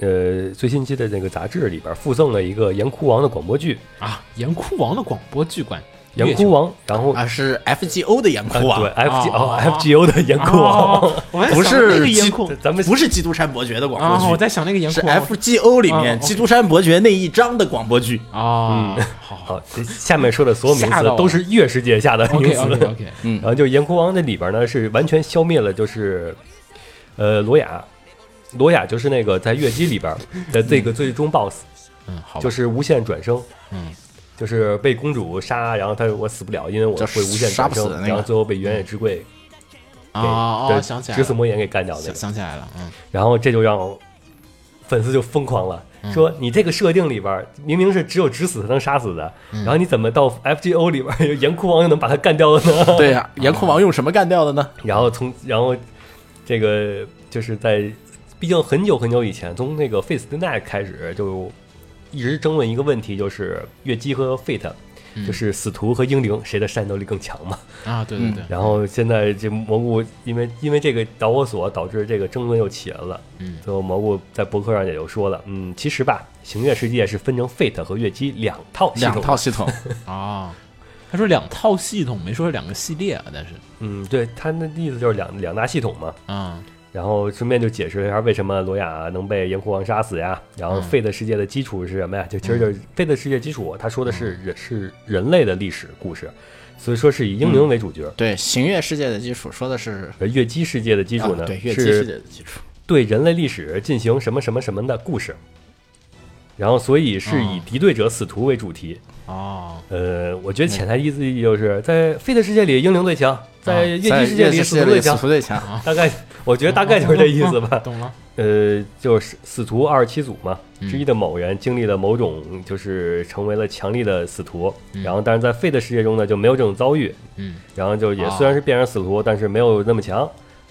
呃最新期的那个杂志里边附赠了一个《岩窟王》的广播剧《
啊，严窟王的广播剧馆，
岩窟王》，然后、
啊，是 FGO 的岩窟
呃
啊，
对
哎
F G
哦
哦 F G O 的岩窟王，
哦， 我还
不
想那个
是
严
基
窟
咱们
不是《基督山伯爵》的广
啊，
播
我
剧，
在想那个严
是
窟
FGO 里
哦
啊
面
，OK
《基督山伯爵》那一章的广播剧。
嗯
啊，好
好，这下面说的所有名
吓
词
到我
都是月世界下的 名
，OK
词。
OK OK，
然后就岩窟王那里边呢是完全消灭了，就是呃罗雅，罗雅就是那个在月姬里边 的这个最终 BOSS。
嗯，好吧，
就是无限转生，
嗯，
就是被公主杀，然后她我死不了，因为我
就
会无限
杀
转
不死
生，
的那个
然后最后被原野之龟给
啊嗯哦，
对
想起来
直死
了，
魔眼给干掉那
想
个，
想起来了，嗯，
然后这就让粉丝就疯狂了，
嗯
说你这个设定里边儿明明是只有直死才能杀死的，
嗯
然后你怎么到 FGO 里边儿岩窟王又能把他干掉了呢？
对呀，岩窟
啊
王用什么干掉的呢？
然后从然后这个就是在，毕竟很久很久以前，从那个 Face the Night 开始就一直争论一个问题，就是月姬和 Fate，、就是
嗯
死徒和英灵谁的战斗力更强嘛。
啊，对对对，
嗯然后现在这蘑菇因为因为这个导火索导致这个争论又起来了，
嗯
最后蘑菇在博客上也就说了，嗯，其实吧，行月世界是分成 Fate 和月姬两套系统
两
的，
套系统，
啊，他说两套系统，没说是两个系列啊，但是，
嗯，对他那意思就是两两大系统嘛。
嗯
然后顺便就解释了一下为什么罗雅能被岩窟王杀死呀？然后
嗯
费的世界的基础是什么呀？就其实
嗯
就是费的世界基础，他说的是人是人类的历史故事，所以说是以英灵为主角。
对行月世界的基础说的是
而月姬世界的基础
啊
呢，
对月姬世界
是
的基础，
对人类历史进行什么什么什么的故事，然后所以是以敌对者死徒为主题。
哦，
呃，我觉得潜台意思就是在费的世界里英灵最强，在
哦
月姬世界
月
里
姬
死
世界
徒最
里
强
死，徒最强，
大概我觉得大概就是这意思吧。
懂了，
呃，就是死徒二十七组嘛，
嗯
之一的某人经历了某种，就是成为了强力的死徒，然后但是在废的世界中呢，就没有这种遭遇，
嗯，
然后就也
哦
虽然是变成死徒，但是没有那么强，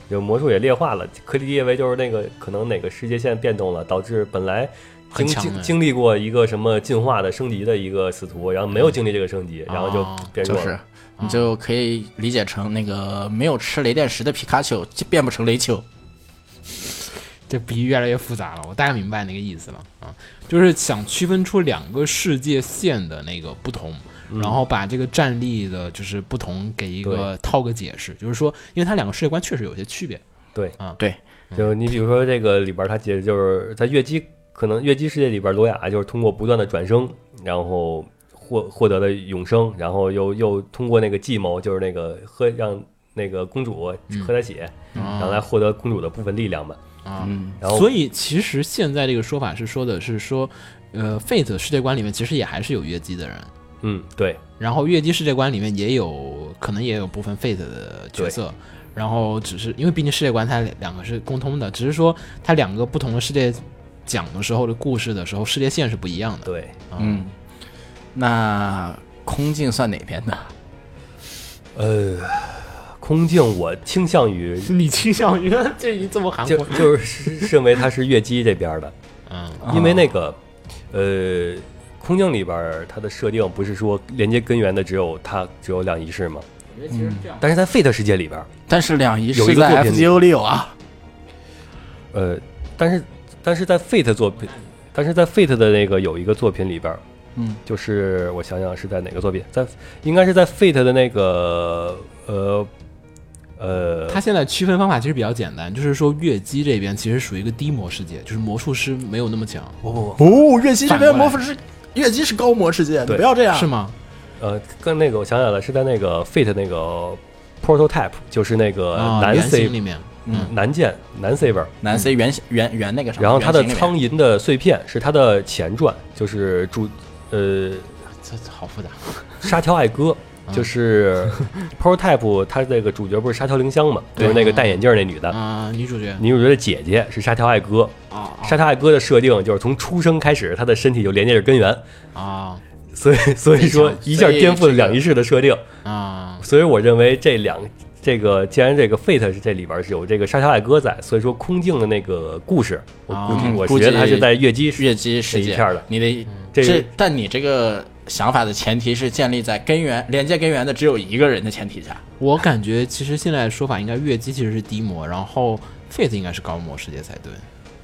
就魔术也劣化了，可以理解为就是那个可能哪个世界线变动了，导致本来
很
经
强
经
的
经历过一个什么进化的升级的一个死徒，然后没有经历这个升级，然后就
嗯哦
变
就
弱
是
了，
你就可以理解成那个没有吃雷电石的皮卡丘就变不成雷丘。
这比喻越来越复杂了，我大概明白那个意思了啊，就是想区分出两个世界线的那个不同，
嗯
然后把这个战力的就是不同给一个套个解释，就是说，因为它两个世界观确实有些区别，
对，
对，
就是你比如说这个里边，它解释就是在月姬可能月姬世界里边，罗雅就是通过不断的转生，然后获获得了永生，然后又又通过那个计谋，就是那个喝让那个公主
嗯
喝她血，然后来获得公主嗯的部分力量吧。
啊，
嗯，
然后
所以其实现在这个说法是说的是说，呃，Fate 世界观里面其实也还是有越姬的人，
嗯，对，
然后越姬世界观里面也有可能也有部分 Fate 的角色，然后只是因为毕竟世界观它两个是共通的，只是说它两个不同的世界讲的时候的故事的时候世界线是不一样的。
对，
嗯，那空镜算哪边的？
呃，空镜我倾向于
你倾向于这你怎么韩
就？就是认为它是月姬这边的，
嗯
因为那个，呃，空镜里边儿它的设定不是说连接根源的只有它只有两仪式吗？但是在 Fate 世界里边儿，
但是两仪
有一个
是
作
在
品
FGO 里有啊。
呃，但是但是在 Fate 作品，但是在 Fate 的那个有一个作品里边儿，
嗯，
就是我想想是在哪个作品，在应该是在 Fate 的那个呃呃，
它现在区分方法其实比较简单，就是说月姬这边其实属于一个低魔世界，就是魔术师没有那么强，
不不不，
哦，月姬这边
反过
魔
来
法是月姬是高魔世界，你
对
不要这样。
是吗？
呃，跟那个我想想了，是在那个 Fate 那个 Prototype，就是那个
啊，
男
原
C、
型里面，
嗯
男剑男 Saber，
南 C 原原原那个什么？
然后它的
原型里
苍
面
银的碎片是它的前传，就是主呃
这这好复杂。
沙雕爱歌，
嗯
就是 Prototype，它那个主角不是沙雕绫香嘛，就是那个戴眼镜那女
嗯
的，
啊、女主角
女主角的姐姐是沙雕爱歌。
哦
啊
沙雕爱歌的设定就是从出生开始，她的身体就连接着根源，
啊
所以所以说一下颠覆了两仪式的设定。
啊！
所以我认为这两这个既然这个 Fate 是这里边是有这个沙雕爱歌在，所以说空镜的那个故事，我估计
啊
我觉得它是在月姬
月姬世
这
界
一片儿的嗯
你得
这
这，但你这个想法的前提是建立在根源连接根源的只有一个人的前提下。
我感觉其实现在说法应该月姬其实是低魔，然后 Fate 应该是高魔世界才对。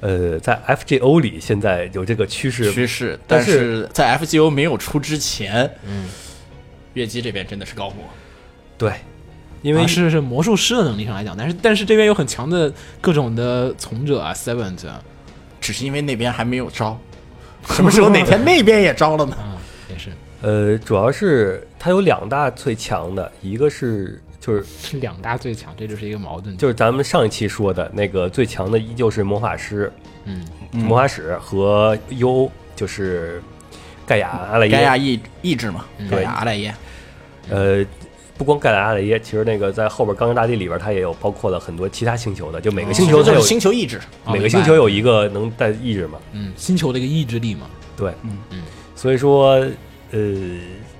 呃，在 FGO 里现在有这个趋势，
趋势，
但
但
是
是在 FGO 没有出之前，嗯，月姬这边真的是高魔，
对，因为
啊、是是魔术师的能力上来讲，但是但是这边有很强的各种的从者啊，Seventh 啊，
只是因为那边还没 有招，什么时候哪天那边也招了呢？
嗯也是
呃，主要是它有两大最强的，一个是就是
是两大最强，这就是一个矛盾。
就是咱们上一期说的那个最强的，依旧是魔法师、
嗯，
魔法使和 U，就是盖亚阿莱耶。
盖亚意意志嘛，盖
嗯对
亚阿赖耶，
呃，不光盖亚阿莱耶，其实那个在后边《钢之大地》里边，它也有包括了很多其他星球的，就每个星球
这
它
哦就
有、
是星球意志，
每个星球有一个能带意志嘛。
嗯，星球的一个意志力嘛，
对，
嗯
嗯，
所以说，呃，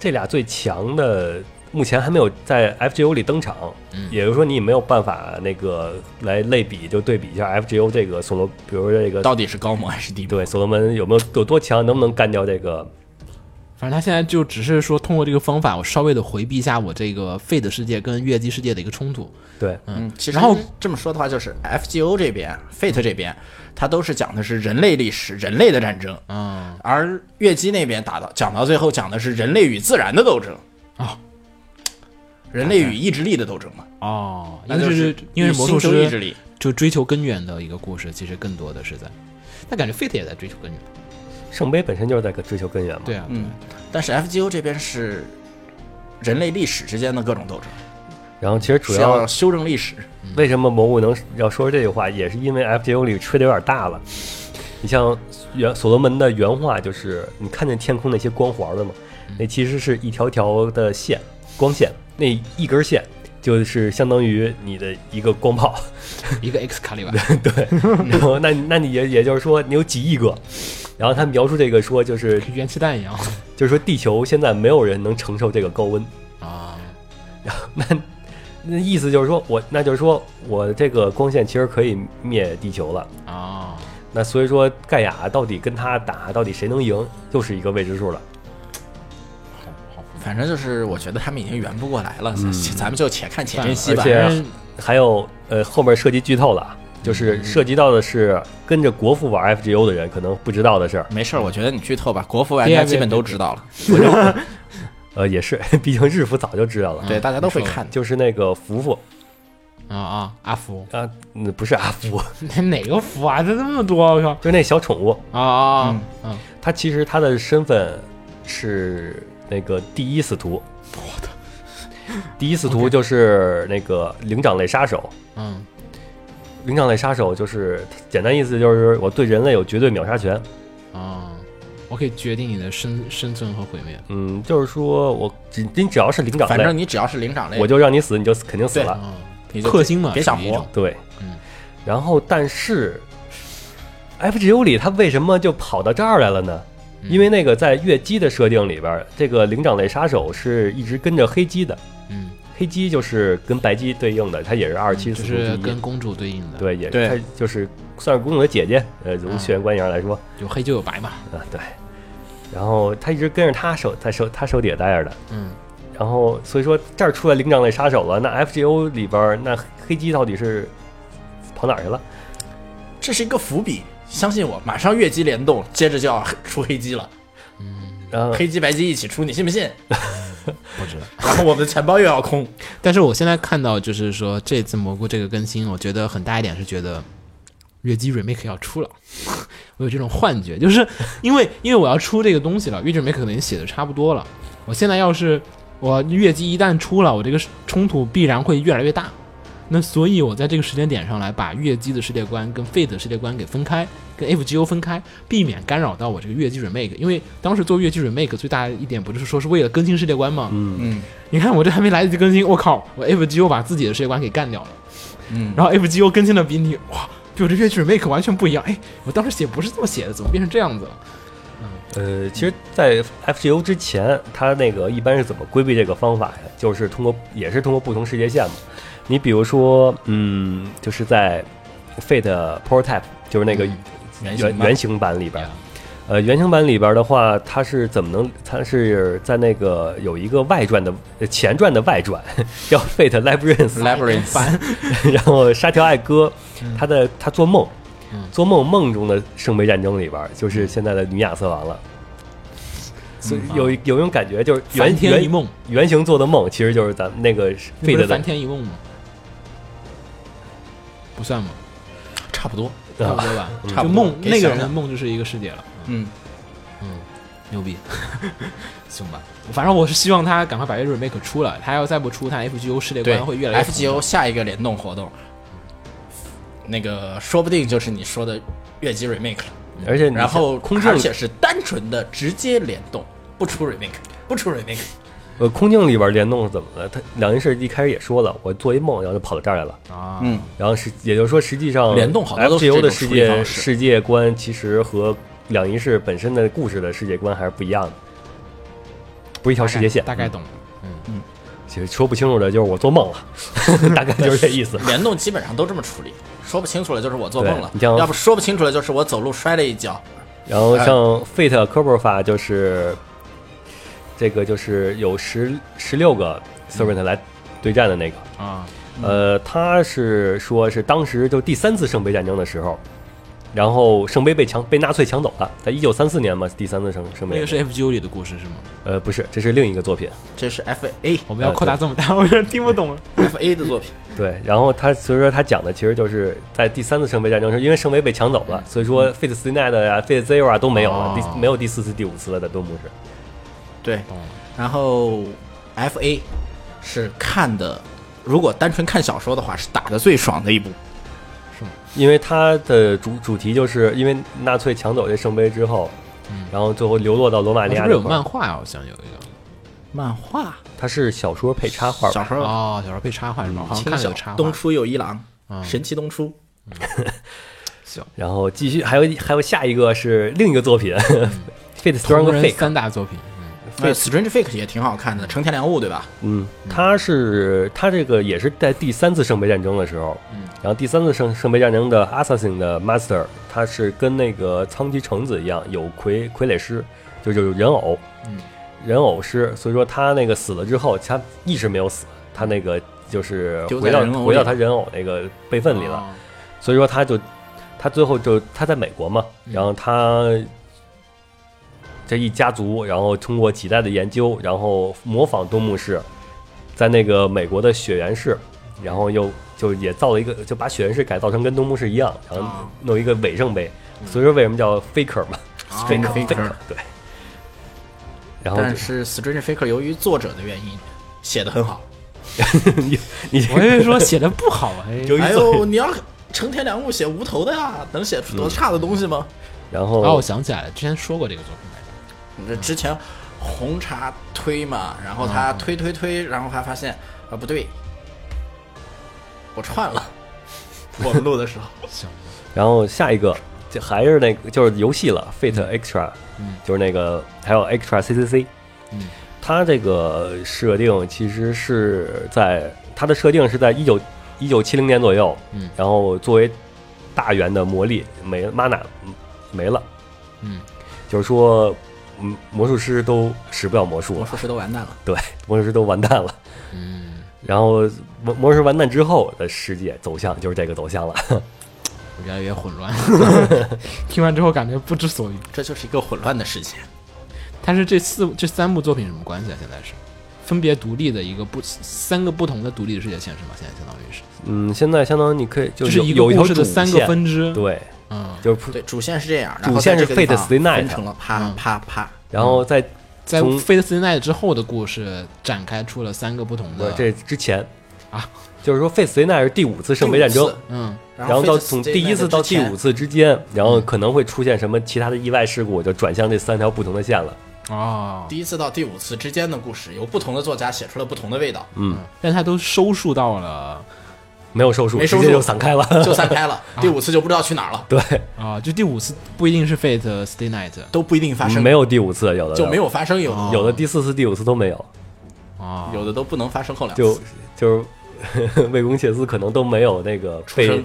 这俩最强的目前还没有在 FGO 里登场，
嗯
也就是说你没有办法那个来类比，就对比一下 FGO 这个索罗，比如说这个
到底是高魔还是低魔？
对所罗门有没有有多强，能不能干掉这个？
反正他现在就只是说通过这个方法，我稍微的回避一下我这个 Fate 世界跟月姬世界的一个冲突。
对，
嗯，其实
然后
这么说的话，就是 FGO 这边、Fate 这边，它都是讲的是人类历史、人类的战争，
嗯
而月姬那边打到讲到最后讲的是人类与自然的斗争，
哦
啊
人类与意志力的斗争嘛，
哦，因
那
为
就是
因为
与
魔术
星球
师
意志力。
就追求根源的一个故事，其实更多的是在，但感觉 Fate 也在追求根源。
圣杯本身就是在追求根源嘛。
对啊，
嗯，但是 FGO 这边是人类历史之间的各种斗争，
然后其实主
是
要
要修正历史。
为什么魔物能要说这句话，也是因为 FGO 里吹的有点大了。你像原所罗门的原话就是：“你看见天空那些光环了吗？那其实是一条条的线，光线，那一根线就是相当于你的一个光炮。
一个 X 卡里瓦，
对，然后那那你也也就是说你有几亿个。然后他描述这个说就是
跟元气弹一样
就是说地球现在没有人能承受这个高温。
啊。
那那意思就是说我那就是说我这个光线其实可以灭地球了。”
啊，
那所以说，盖亚到底跟他打，到底谁能赢，又是一个未知数了。
好好复
反正就是我觉得他们已经圆不过来了，咱们就且看且珍
嗯
惜
而
吧。
且还有呃后面涉及剧透了啊，就是涉及到的是跟着国服玩 FGO 的人可能不知道的事儿，
没事儿，我觉得你剧透吧，国服玩
啊
家基本都知道了，
呃也是，毕竟日服早就知道了，
对，大家都会看。
就是那个福福
啊啊，阿福，
啊，嗯不是阿福，
哪个福啊？这这么多，我靠！
就是那小宠物，
啊啊啊！
他其实他的身份是那个第一司徒，我的第一司徒就是那个灵长类杀手。
嗯
灵长类杀手就是简单意思就是我对人类有绝对秒杀权，
嗯啊，我可以决定你的生生存和毁灭。
嗯，就是说我只你只要是灵长
反正
类，
你只要是灵长类，
我就让你死，你就肯定死
对
了。
啊，
你就
克星嘛，
别想
属于一
活
种。
对，
嗯
然后但是 FGO 里他为什么就跑到这儿来了呢？
嗯
因为那个在月姬的设定里边，这个灵长类杀手是一直跟着黑姬的，
嗯，
黑姬就是跟白姬对应的，她也是二七
就
四
是
十第一
跟，公主对应的，，
对，也
对
她就是算是公主的姐姐，呃，从
嗯
血缘关系上来说
有黑就有白嘛。
啊，对。然后她一直跟着她手，在手她手底下待着的，
嗯
然后所以说这儿出来灵长类杀手了，那 FGO 里边儿那黑姬到底是跑哪儿去了？
这是一个伏笔，相信我，马上越姬联动，接着就要出黑姬了，
嗯，
然后
黑姬白姬一起出，你信不信？
不知道。
然后我们的钱包又要空，
但是我现在看到，就是说这次蘑菇这个更新，我觉得很大一点是觉得月姬 remake 要出了， 我有这种幻觉，就是因为 因为我要出这个东西了，月姬 remake 可能写的差不多了，我现在要是我月姬一旦出了，我这个冲突必然会越来越大。那所以，我在这个时间点上来把月姬的世界观跟 Fate 的世界观给分开，跟 FGO 分开，避免干扰到我这个月姬 remake。因为当时做月姬 remake 最大一点不就是说是为了更新世界观吗？
嗯
你看我这还没来得及更新，我靠，我 FGO 把自己的世界观给干掉了，
嗯，
然后 FGO 更新的比你哇，比我这乐曲 remake 完全不一样。哎，我当时写不是这么写的，怎么变成这样子了？
呃，其实，在 FGO 之前，它那个一般是怎么规避这个方法呀？就是通过，也是通过不同世界线嘛。你比如说，嗯，就是在 Fate Prototype，就是那个
嗯
原型
原
吧
原型版里边儿
呀，
呃，原型版里边儿的话，它是怎么能？它是在那个有一个外传的呃前传的外传，叫 Fate
哎
Labyrinth，
Labyrinth
烦，
然后沙条爱歌，他的他做梦
嗯，
做梦梦中的圣杯战争里边儿，就是现在的女亚瑟王了。所以有一有一种感觉，就是原
梵嗯天一梦，
原原型做的梦，其实就是咱们那个
那
费
不
德
是
的
梵天一梦吗？不算吗？
差不多，
差不
啊，
多吧，
差
就
不多
梦
给
那个
想
人的
想
梦就是一个世界了。
嗯，
嗯，牛 逼，行吧。反正我是希望他赶快把这 remake 出来，他要再不出，他 FGO 世界
对
观会越来越复杂
FGO 下一个联动活动，那个说不定就是你说的越姬 remake 了，
而且你
然后
嗯空镜
而且是单纯的直接联动，不出 remake，不出 remake，
呃空镜里边联动是怎么了？他两件事一开始也说了，我做一梦，然后就跑到这儿来了。
啊。
嗯，
然后是也就是说，实际上
联动好多都是
FGO
这
的
种
世
处理
界
方式
世界观其实和两仪式本身的故事的世界观还是不一样的，不是一条世界线。
大概懂了。
其实说不清楚的就是我做梦 了，大概就是这意思。
嗯联动基本上都这么处理，说不清楚了就是我做梦
对
了
你，像
要不说不清楚了就是我走路摔了一跤，
然后
哎
像 Fate c o r p o r f a 就是这个就是有十十六个 Servant 来对战的那个，
啊，
嗯
呃，他是说是当时就第三次圣杯战争的时候。然后圣杯被抢，被纳粹抢走了，在一九三四年嘛，第三次圣圣
那
杯
个。是 FGO 里的故事是吗？
呃，不是，这是另一个作品。
这是 F A
我们要扩大这么
呃
大，我有点听不懂了。
F A 的作品，
对，然后他所以说他讲的其实就是在第三次圣杯战争时，因为圣杯被抢走了，所以说 Fate Stay Night 呀、Fate Zero 啊都没有了，
哦
第没有第四次、第五次了，在东部是。
对，
懂了。
然后 F A 是看的，如果单纯看小说的话，是打的最爽的一部。
因为它的主主题就是因为纳粹抢走这圣杯之后，然后最后流落到罗马
啊
尼
是
亚
嗯不是
这
有
块
漫
儿，
画啊？我想有一个
漫画
它是小说配插画
小
吧，
时候
哦，小时候被插画是
嗯
吧？好像
轻
看了有
小
插画。
东出有一郎，
嗯
神奇东出，
然后继续还有还有下一个是另一个作品，Fate Strong
嗯同人
Fake，
三大作品，嗯
对，Strange Fake 也挺好看的，成田良悟对吧？
嗯，它是它这个也是在第三次圣杯战争的时候，
嗯
然后第三次圣圣杯战争的 Assassin 的 Master，他
嗯
是跟那个苍崎橙子一样有傀傀儡师，就是有人偶，人偶师，所以说他那个死了之后，他一直没有死，他那个就是
丢在
回到
人偶里哦
回到他人偶那个备份里
哦
了。所以说他就他最后就他在美国嘛，
嗯
然后他这一家族，然后通过几代的研究，然后模仿东牧市，在那个美国的雪原市，然后又就也造了一个，就把雪原市改造成跟东牧市一样，然后
啊
弄一个伪圣杯，所以说为什么叫 faker 嘛
哦啊
faker
faker
对。然后就
但是 Stranger Faker 由于作者的原因写的很好。
你你
我以为说写的不好 哎，
由于
哎
作
呦，你要成天良木写无头的呀，能写出多差的东西吗？
然后
哦，我想起来了，之前说过这个作品来着。
你这之前红茶推嘛，然后
嗯
他推推推，然后他发现啊不对，我串 了。我们录的时候，
行，
然后下一个这还是那个就是游戏了，Fate Extra，、
嗯
就是那个还有 Extra CCC，
嗯
它这个设定其实是在它的设定是在一九一九七零年左右，
嗯
然后作为大元的魔力没玛娜嗯没了，
嗯，
就是说嗯魔术师都使不了魔术
魔
了，
术师都完蛋了。
对，魔术师都完蛋了。
嗯，
然后魔魔术师完蛋之后的世界走向就是这个走向了，
我越来越混 乱。听完之后感觉不知所云。
这就是一个混乱的世界。
但是这四这三部作品什么关系啊？现在是分别独立的一个不三个不同的独立的世界线是吗？现在相当于是
嗯，现在相当于你可以就
就是是一
有
个
一条
故事的三
主
个
线
分支。，
对，
嗯，
就是普
对，主线是这样，然
主
后
线是
在这个地
Fate
方
Stay Night
分成了啪
嗯
啪啪。
然后在
在
从
《Fate Stay Night》之后的故事展开出了三个不同
我
嗯
的
这之前
啊，
就是说 Fate Stay Night 是第五次圣杯战
第五
争
次，
嗯
然
然后到
Fate
从
Stay
第一
Night
次到
之
第
前嗯
五次之间，然后可能会出现什么其他的意外事故，就转向这三条不同的线了。
哦，
第一次到第五次之间的故事，由不同的作家写出了不同的味道，
嗯，
但它都收束到了
没有收束，
没
直
收
接
束
就散开了。 啊
就散开了。第五次就不知道去哪儿 了，
对，
啊，就第五次不一定是 Fate Stay Night
都不一定发生，
没有第五次，有的
就没，有发生，
哦
有
有的第四次、第五次都没有，
啊，
有的都不能发生后两
就
次。
就是 魏公切斯可能都没有那个被
生，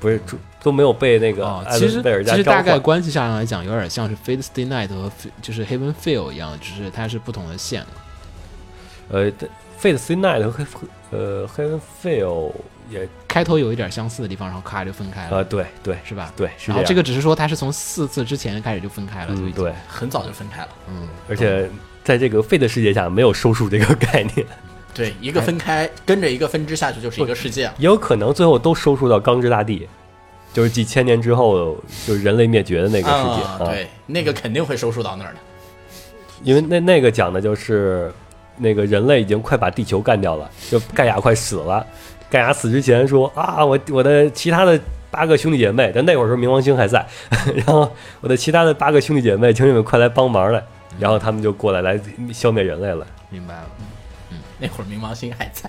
不是出都没有被那个
哦，
艾
其实
伦贝尔
其
加
实
召
大概
唤。
关系上来讲，有点像是 Fate Stay Night 和 F- 就是 Heaven Feel 一样，只是它是不同的线。
呃对，Fate Stay Night 和黑呃 Heaven Fail 也
开头有一点相似的地方，然后咔就分开了，
啊，对对
是吧？。
对，是
然后
样
这个只是说它是从四次之前开始就分开了，就
嗯
已经
对，
很早就分开了，
嗯，
而且在这个废的世界下，没有收束这个概念，
对，一个分开跟着一个分支下去就是一个世界了。
也有可能最后都收束到钢之大地，就是几千年之后就是人类灭绝的那个世界
啊，对，那个肯定会收束到那儿的。
因为那那个讲的就是那个人类已经快把地球干掉了，就盖亚快死了，盖亚死之前说啊，我我的其他的。八个兄弟姐妹，但那会儿时候冥王星还在， 然后我的其他的八个兄弟姐妹，请你们快来帮忙来，然后他们就过来来消灭人类了。
明白了。
那会儿冥王星还在，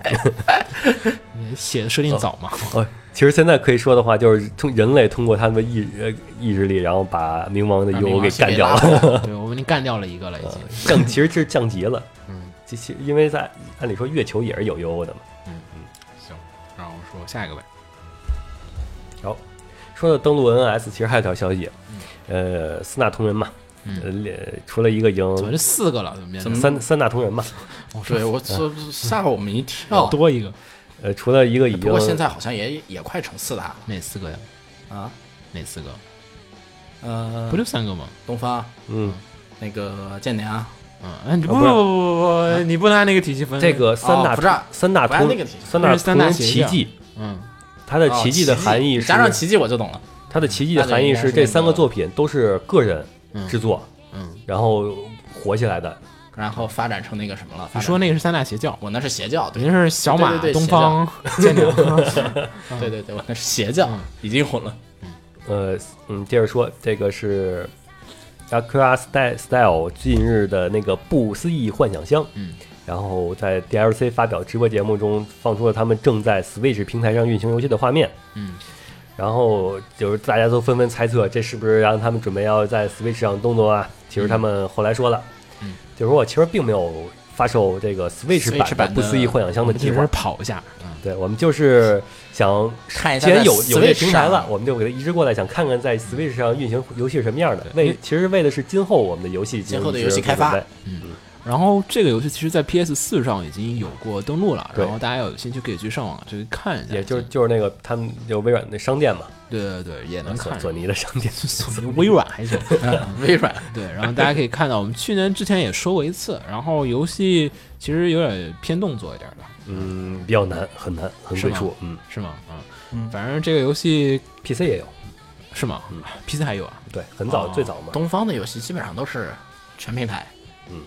你写的设定早嘛？
哦，其实现在可以说的话，就是通人类通过他们的意呃意志力，然后把冥王的
把冥
油
王
给
系
干
给
掉
拉
了，
对，我们已经干掉了一个了，已经。
降 其实这是降级了。
嗯，
其实因为在按理说月球也是有 UO 的嘛。
行，然后说下一个呗。
然后说到登陆 NS，其实还有一条消息，
嗯
呃，四大同人嘛，呃，列除了一个已
怎么
经
是四个了？怎么
嗯
变成
三三大同人嘛，
我说
对我这
嗯
吓我们一跳。
多一个？
呃，除了一个已
不过现
经
在好像也也快成四大了
哪四个呀？
啊，
哪四个？
呃
不，就三个吗？
东方
嗯，
那个剑灵啊，
嗯，哎你不
啊
不
不是
不不不，你不能按那个体系分。
这个三
哦
大
不是啊
三大
不按
同
那个体系
三大
那是三
同
大
人
邪
奇
教
迹，
嗯，
它的
哦
奇迹的含义是
加上奇迹我就懂了。
它的奇迹的含义是这三个作品都是个人制作，
嗯，
然后火起来的，
然后发展成那个什么了？
你
发展
说那个是三大邪教，
我那是邪教，
等于
对
是小马、
对对对
东 方、剑灵。
对对对，我那是邪
嗯
教，已经混了。
呃，嗯，接着说，这个是 Akira Style Style 近日的那个不思议幻想箱，
嗯，
然后在 DLC 发表直播节目中放出了他们正在 Switch 平台上运行游戏的画面，
嗯，
然后就是大家都纷纷猜测这是不是让他们准备要在 Switch 上动作啊？其实他们后来说了，
嗯，
就是我其实并没有发售这个 Switch 版
Switch 版的
不思议幻想箱
我
的
们
计
只
划
是，跑一下，嗯，
对，我们就是想
看一下
既然
在
有有这
Switch
平台了，
上
我们就给它移植过来，想看看在 Switch 上运行游戏是什么样的。为其实为的是今后我们的游戏进
今后的
行
游戏开发
准备
然后这个游戏其实，在 PS 四上已经有过登录了，
对
然后大家有兴趣可以去上网去看一下。
也就是就是那个他们就微软那商店嘛，
对对对，也能
索
嗯看。
索尼的商店，
索尼微软还行，
微软
嗯对，然后大家可以看到，我们去年之前也说过一次，然后游戏其实有点偏动作一点的，
嗯，比较难，很难，很
是
鬼
吗
畜，嗯
是吗？啊，反正这个游戏
，PC 也有，
是吗、p c 还有啊？
对，很早
哦
最早嘛，
东方的游戏基本上都是全平台，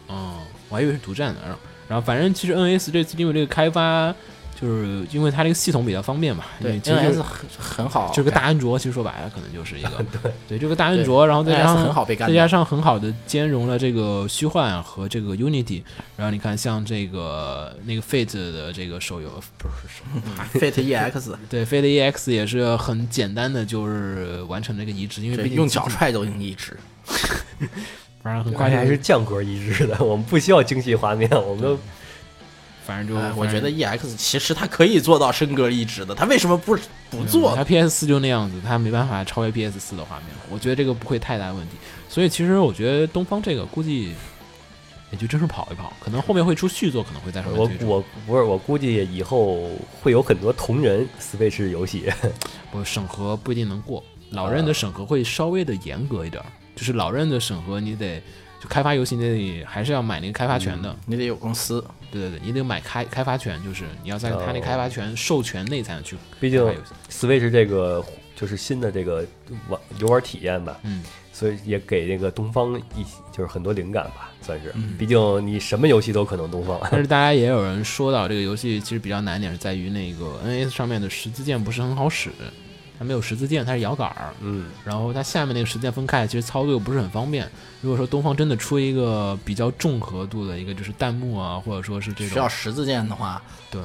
哦，我还以为是独占的。然后然后反正其实 NS 这次因为这个开发，就是因为它这个系统比较方便嘛，因为
对
其实就是
，NS 很很好，
就是个大安卓，其实说白了可能就是一个 对对，这个大安卓，然后再加
NS
上
很好被干
再
掉
加上很好的兼容了这个虚幻和这个 Unity，然后你看像这个那个 Fate 的这个手游不是手游
Fate EX，
对 Fate EX 也是很简单的就是完成这个移植，因为
对
毕竟
用脚哎踹都能移植，
反正很快
而且还
就是
降格一致的，我们不需要精细画面，我们都
反正就
哎
反
我觉
正
得 EX 其实它可以做到升格移植的，它为什么不不做
它 PS 四就那样子，它没办法超越 PS 四的画面，我觉得这个不会太大问题。所以其实我觉得东方这个估计也就真是跑一跑，可能后面会出续作，可能会再稍微
我
推出。
我不是我估计以后会有很多同人 Switch 游戏，
我审核不一定能过，
啊
老任的审核会稍微的严格一点儿，就是老任的审核你得就开发游戏你得还是要买那个开发权的，
嗯
你得有公司，
对对对，你得买开开发权，就是你要在他那
哦
开发权授权内才能去
毕
开
竟
发游戏。
Switch 这个就是新的这个玩游玩体验吧，
嗯，
所以也给那个东方一就是很多灵感吧，算是。
嗯
毕竟你什么游戏都可能东方，
但是大家也有人说到，这个游戏其实比较难点是在于那个 NS 上面的十字键不是很好使，它没有十字键，它是摇杆儿，
嗯，
然后它下面那个十字键分开，其实操作又不是很方便。如果说东方真的出一个比较重合度的一个，就是弹幕啊，或者说是这
需要
种，
十字键的话，
对，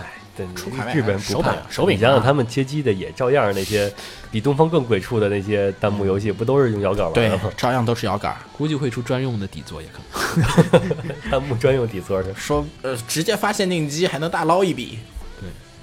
哎，对
出海外
日本不
手
怕
柄手柄啊
你想想
大
他们街机的也照样那些比东方更鬼畜的那些弹幕游戏，不都是用摇杆玩
对
的吗？，
照样都是摇杆儿。
估计会出专用的底座也可能。
弹幕专用底座的，
说呃，直接发限定机还能大捞一笔，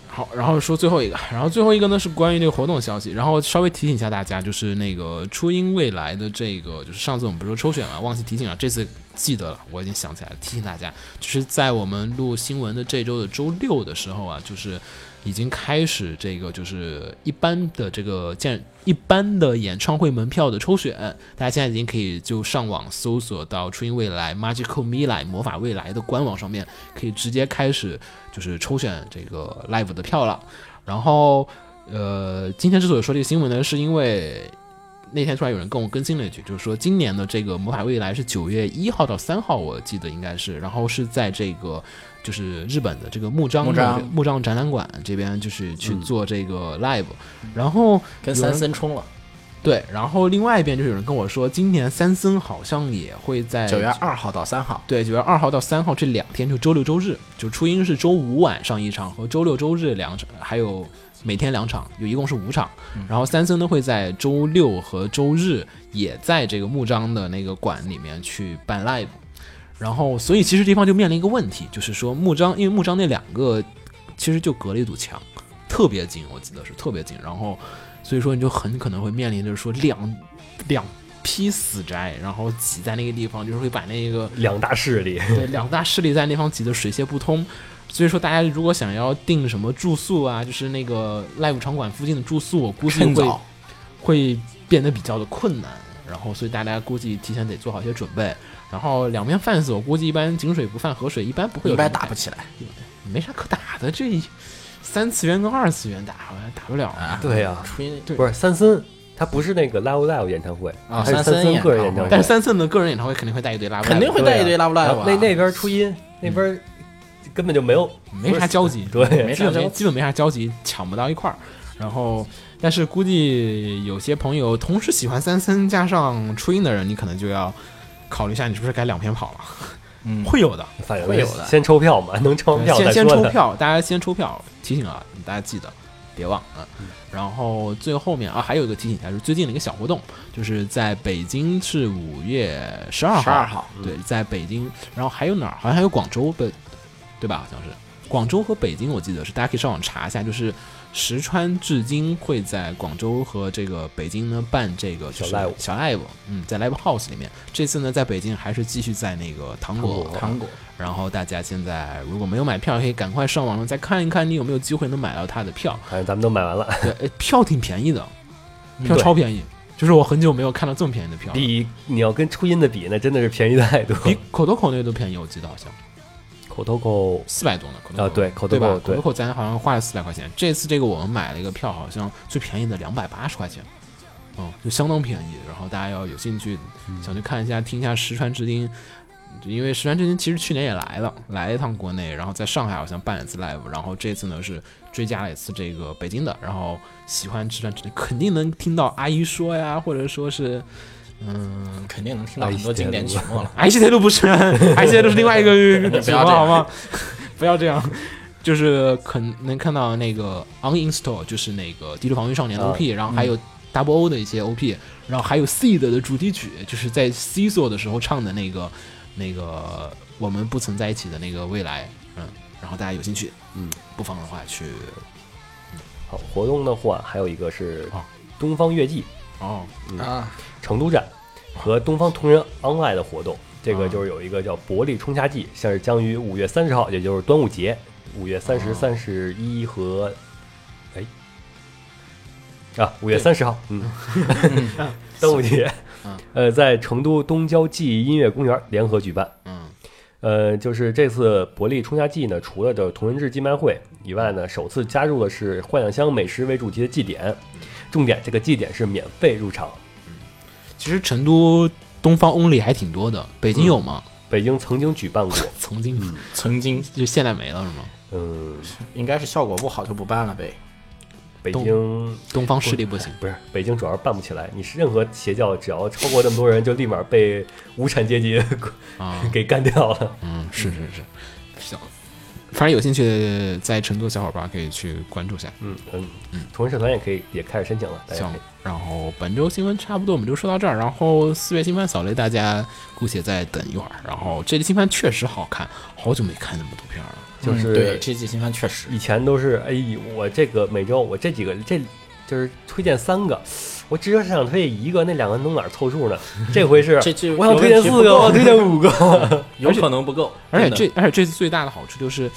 好，然后说最后一个，然后最后一个呢是关于这个活动消息，然后稍微提醒一下大家，就是那个初音未来的这个，就是上次我们不是说抽选嘛，忘记提醒了，这次记得了，我已经想起来了，提醒大家，就是在我们录新闻的这周的周六的时候啊，就是已经开始这个就是一般的这个见一般的演唱会门票的抽选，大家现在已经可以就上网搜索到初音未来 Magical Mirai 魔法未来的官网上面，可以直接开始就是抽选这个 live 的票了。然后，呃，今天之所以说这个新闻呢，是因为那天突然有人跟我更新了一句，就是说今年的这个魔法未来是九月一号到三号，我记得应该是，然后是在这个就是日本的这个木张
木张
木张展览馆这边，就是去做这
嗯
个 live，、然后
跟
有人
三森冲了。
对，然后另外一边就是有人跟我说，今年三森好像也会在
九月二号到三号，
对，九月二号到三号这两天，就周六周日，就初音是周五晚上一场和周六周日两场，还有每天两场，有一共是五场。然后三森呢会在周六和周日也在这个木章的那个馆里面去办 live。然后，所以其实地方就面临一个问题，就是说木章，因为木章那两个其实就隔了一堵墙，特别近，我记得是特别近。然后，所以说你就很可能会面临着说两两批死宅，然后挤在那个地方，就是会把那个
两大势力，
啊
对，两大势力在那方挤得水泄不通。所以说，大家如果想要订什么住宿啊，就是那个 live 场馆附近的住宿，我估计
趁
会
早
会变得比较的困难。然后，所以大家估计提前得做好一些准备。然后，两面泛死，我估计一般井水不犯河水，一般不会有
应该
什么
打不起来。
没啥可打的。这三次元跟二次元打好像打不了
啊
对呀、
初音
对
不是三森，他不是那个 Live Live 演唱会，
啊
他是
三森
森
演
个人
唱
演唱
会
会
但是，三次的个人演唱会肯定会带一堆拉布拉
肯定会带一堆 Love
然
Live
后
啊。
那那边初音，那
嗯
边根本就没有，
没啥交集，
对
基本
没
啥交
没
集
基本没啥交集，抢不到一块儿。然后，但是估计有些朋友同时喜欢三森加上初音的人，你可能就要考虑一下，你是不是该两边跑了？
嗯
会有的，
反正
会有的
先抽票嘛，能抽完票
先
再
先
说
抽
呢。
票，大家先抽票，提醒啊，大家记得别忘了。然后最后面啊，还有一个提醒一下，就是最近的一个小活动，就是在北京是五月十二号，
嗯
十二号，
对，在北京，然后还有哪儿？好像还有广州的，对吧？好像是。广州和北京，我记得是，大家可以上网查一下，就是石川至今会在广州和这个北京呢办这个就是
小 live
小 live，嗯，在 live house 里面。这次呢，在北京还是继续在那个糖果
糖果。
然后大家现在如果没有买票，可以赶快上网上再看一看，你有没有机会能买到他 的票。
反哎正咱们都买完了。
对，哎票挺便宜的，票
嗯对
超便宜，就是我很久没有看到这么便宜的票了，
比你要跟初音的比，那真的是便宜太多。
比口头口那都便宜，我记得好像。
口头口
四百多呢，口头口
啊对口头口
吧？口
对
头口咱好像花了四百块钱，这次这个我们买了一个票，好像最便宜的两百八十块钱，嗯，就相当便宜。然后大家要有兴趣
嗯
想去看一下，听一下石川之音，因为石川之音其实去年也来了，来了一趟国内，然后在上海好像办了一次 live，然后这次呢是追加了一次这个北京的，然后喜欢石川之音肯定能听到阿姨说呀，或者说是。
嗯肯定能听到很多经典曲 目了。
哎，这些都不 是，哎，这些都是另外一个
不
情
要
况
这样
好吗？ 不要这样，就是可能看到那个 uninstall，就是那个《地球防御少年》的
啊
嗯
OP，、然后还有 Double O 的一些 OP，然后还有 Seed 的主题曲，就是在 C 座的时候唱的那个那个我们不曾在一起的那个未来，嗯，然后大家有兴趣，
嗯，
不妨的话去
好活动的话，还有一个是
啊
东方乐季
哦，
啊，
成都站和东方同人 online 的活动。这
啊
个就是有一个叫伯利冲夏季，像是将于五月三十号，也就是端午节，五月三
啊
十、三十一和，哎，啊，五月三十号， 嗯， 端午节
嗯，
呃，在成都东郊记忆音乐公园联合举办。
嗯
呃，就是这次伯利冲夏季呢，除了这同人志寄卖会以外呢，首次加入的是幻想乡美食为主题的祭典，重点这个祭典是免费入场。
其实成都东方 only 还挺多的，北京有吗？
北京曾经举办过，
曾经
曾经
就现在没了是吗？
嗯，
应该是效果不好就不办了呗。
北京
东方势力不行。
不是北京，主要是办不起来。你是任何邪教，只要超过这么多人，就立马被无产阶级
啊，
给干掉了。
嗯，是是是，行，反正有兴趣的在成都的小伙伴可以去关注一下。
嗯嗯，同人社团也可以也开始申请了，大家
行
可以，
然后本周新闻差不多我们就说到这儿，然后四月新番扫雷大家姑且再等一会儿。然后这季新番确实好看，好久没看那么多片儿了。
就
嗯对
是
这季新番 确实
以前都是哎，我这个每周我这几个这就是推荐三个，我只有想推荐一个，那两个能哪儿凑数呢？这回是
这这
我想推荐四个，我想推荐五个。
有可能不够，
而且
真的
这而且这次最大的好处就是，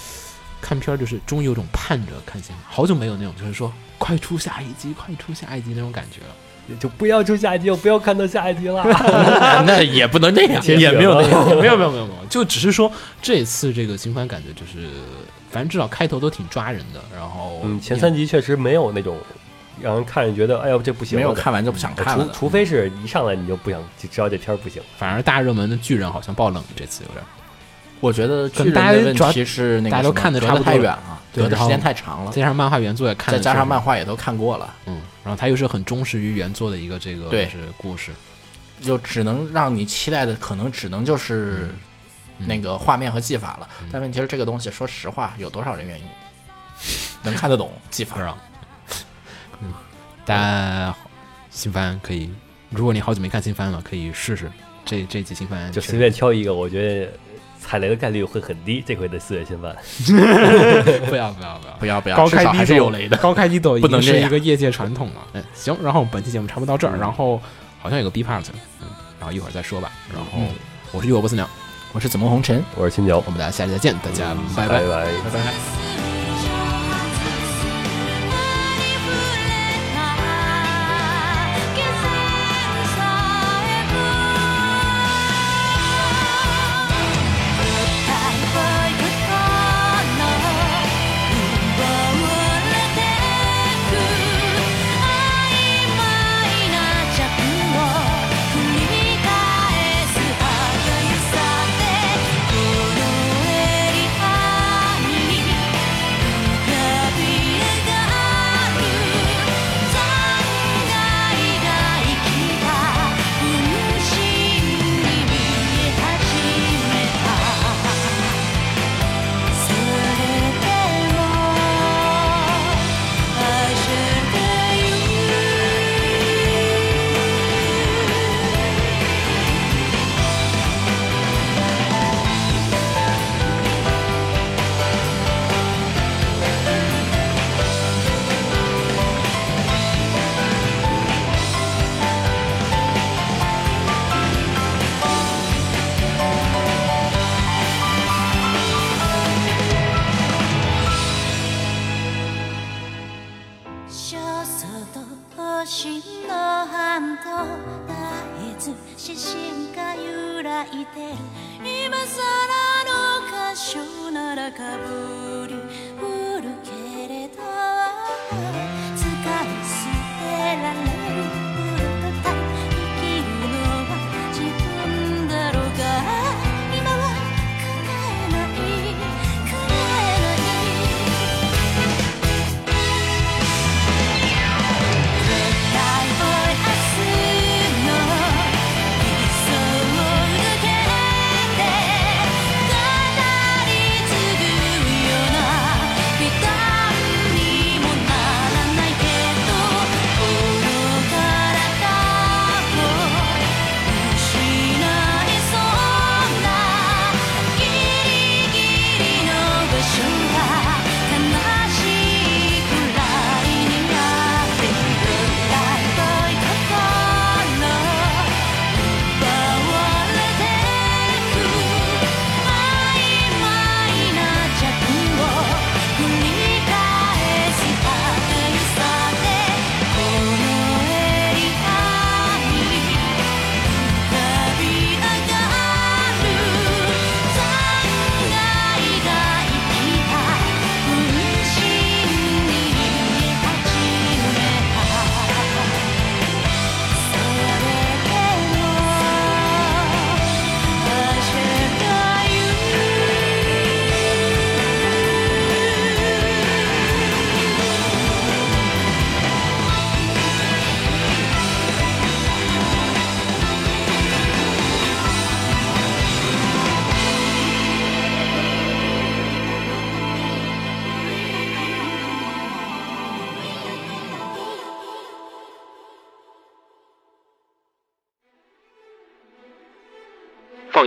看片儿就是终于有种盼着看新番，好久没有那种就是说快出下一集，快出下一集那种感觉了。
就不要出下一集，我不要看到下一集了。
那也不能这样，
也也没 有那
没有没有没有没有，就只是说这次这个新番感觉就是，反正至少开头都挺抓人的，然后
嗯，前三集确实没有那种让人看着觉得哎呦这不行，
没有
我得
看完就不想看了
除
的。
除非是一上来你就不想，就知道这片儿不行。
反而大热门的巨人好像爆冷，这次有点儿
我觉得巨
可能大家
人的
主要
问题是那个
大家都
什么
看得
隔
差不多
太
了
远啊了，
对
隔的
然后
时间太长了
再，加上漫画原作也看，
再加上漫，画也都看过了，
嗯，然后他又是很忠实于原作的一个这个
对
就是故事，
就只能让你期待的可能只能就是那个画面和技法了。但问题是这个东西，说实话，有多少人愿意能看得懂技
不
法？
让，嗯，大家好新番可以，如果你好久没看新番了，可以试试这这集新番，
就随便挑一个，我觉得踩雷的概率会很低。这回的四月新番，
不要不 要不要
不要不要，
高
至
开
少
低
还是
走
有雷的。
高开低走已
不
经
能
是
这
一
样嗯
个业界传统了。嗯，行，然后我们本期节目差不多到这儿，然后好像有个 B part，嗯，然后一会儿再说吧。然后
嗯
我是浴火不死鸟，
我是怎么红尘？
我是青鸟
我，们大家下期再见，大家
嗯
拜拜
拜拜
拜拜。
「このエリアに」「君の名前を刻んで」身が揺らいでる今さらの歌手ならかぶりうるけれど使い捨てられるプロトタイプ生きるのは自分だろうが今は考えない考えない絶対追い明日の理想を奪い抜けて語り継ぐような美談にもならないけど愚からかも失いそうなギリギリの場所は悲しいくらいになっている大い心奪われてく曖昧な弱を繰り返す明るさでこのエリアに浮かび上がる残骸が生きた分身に立ち埋めたそれでも私が言う
放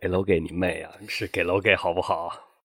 给楼给你妹啊！是给楼给好不好？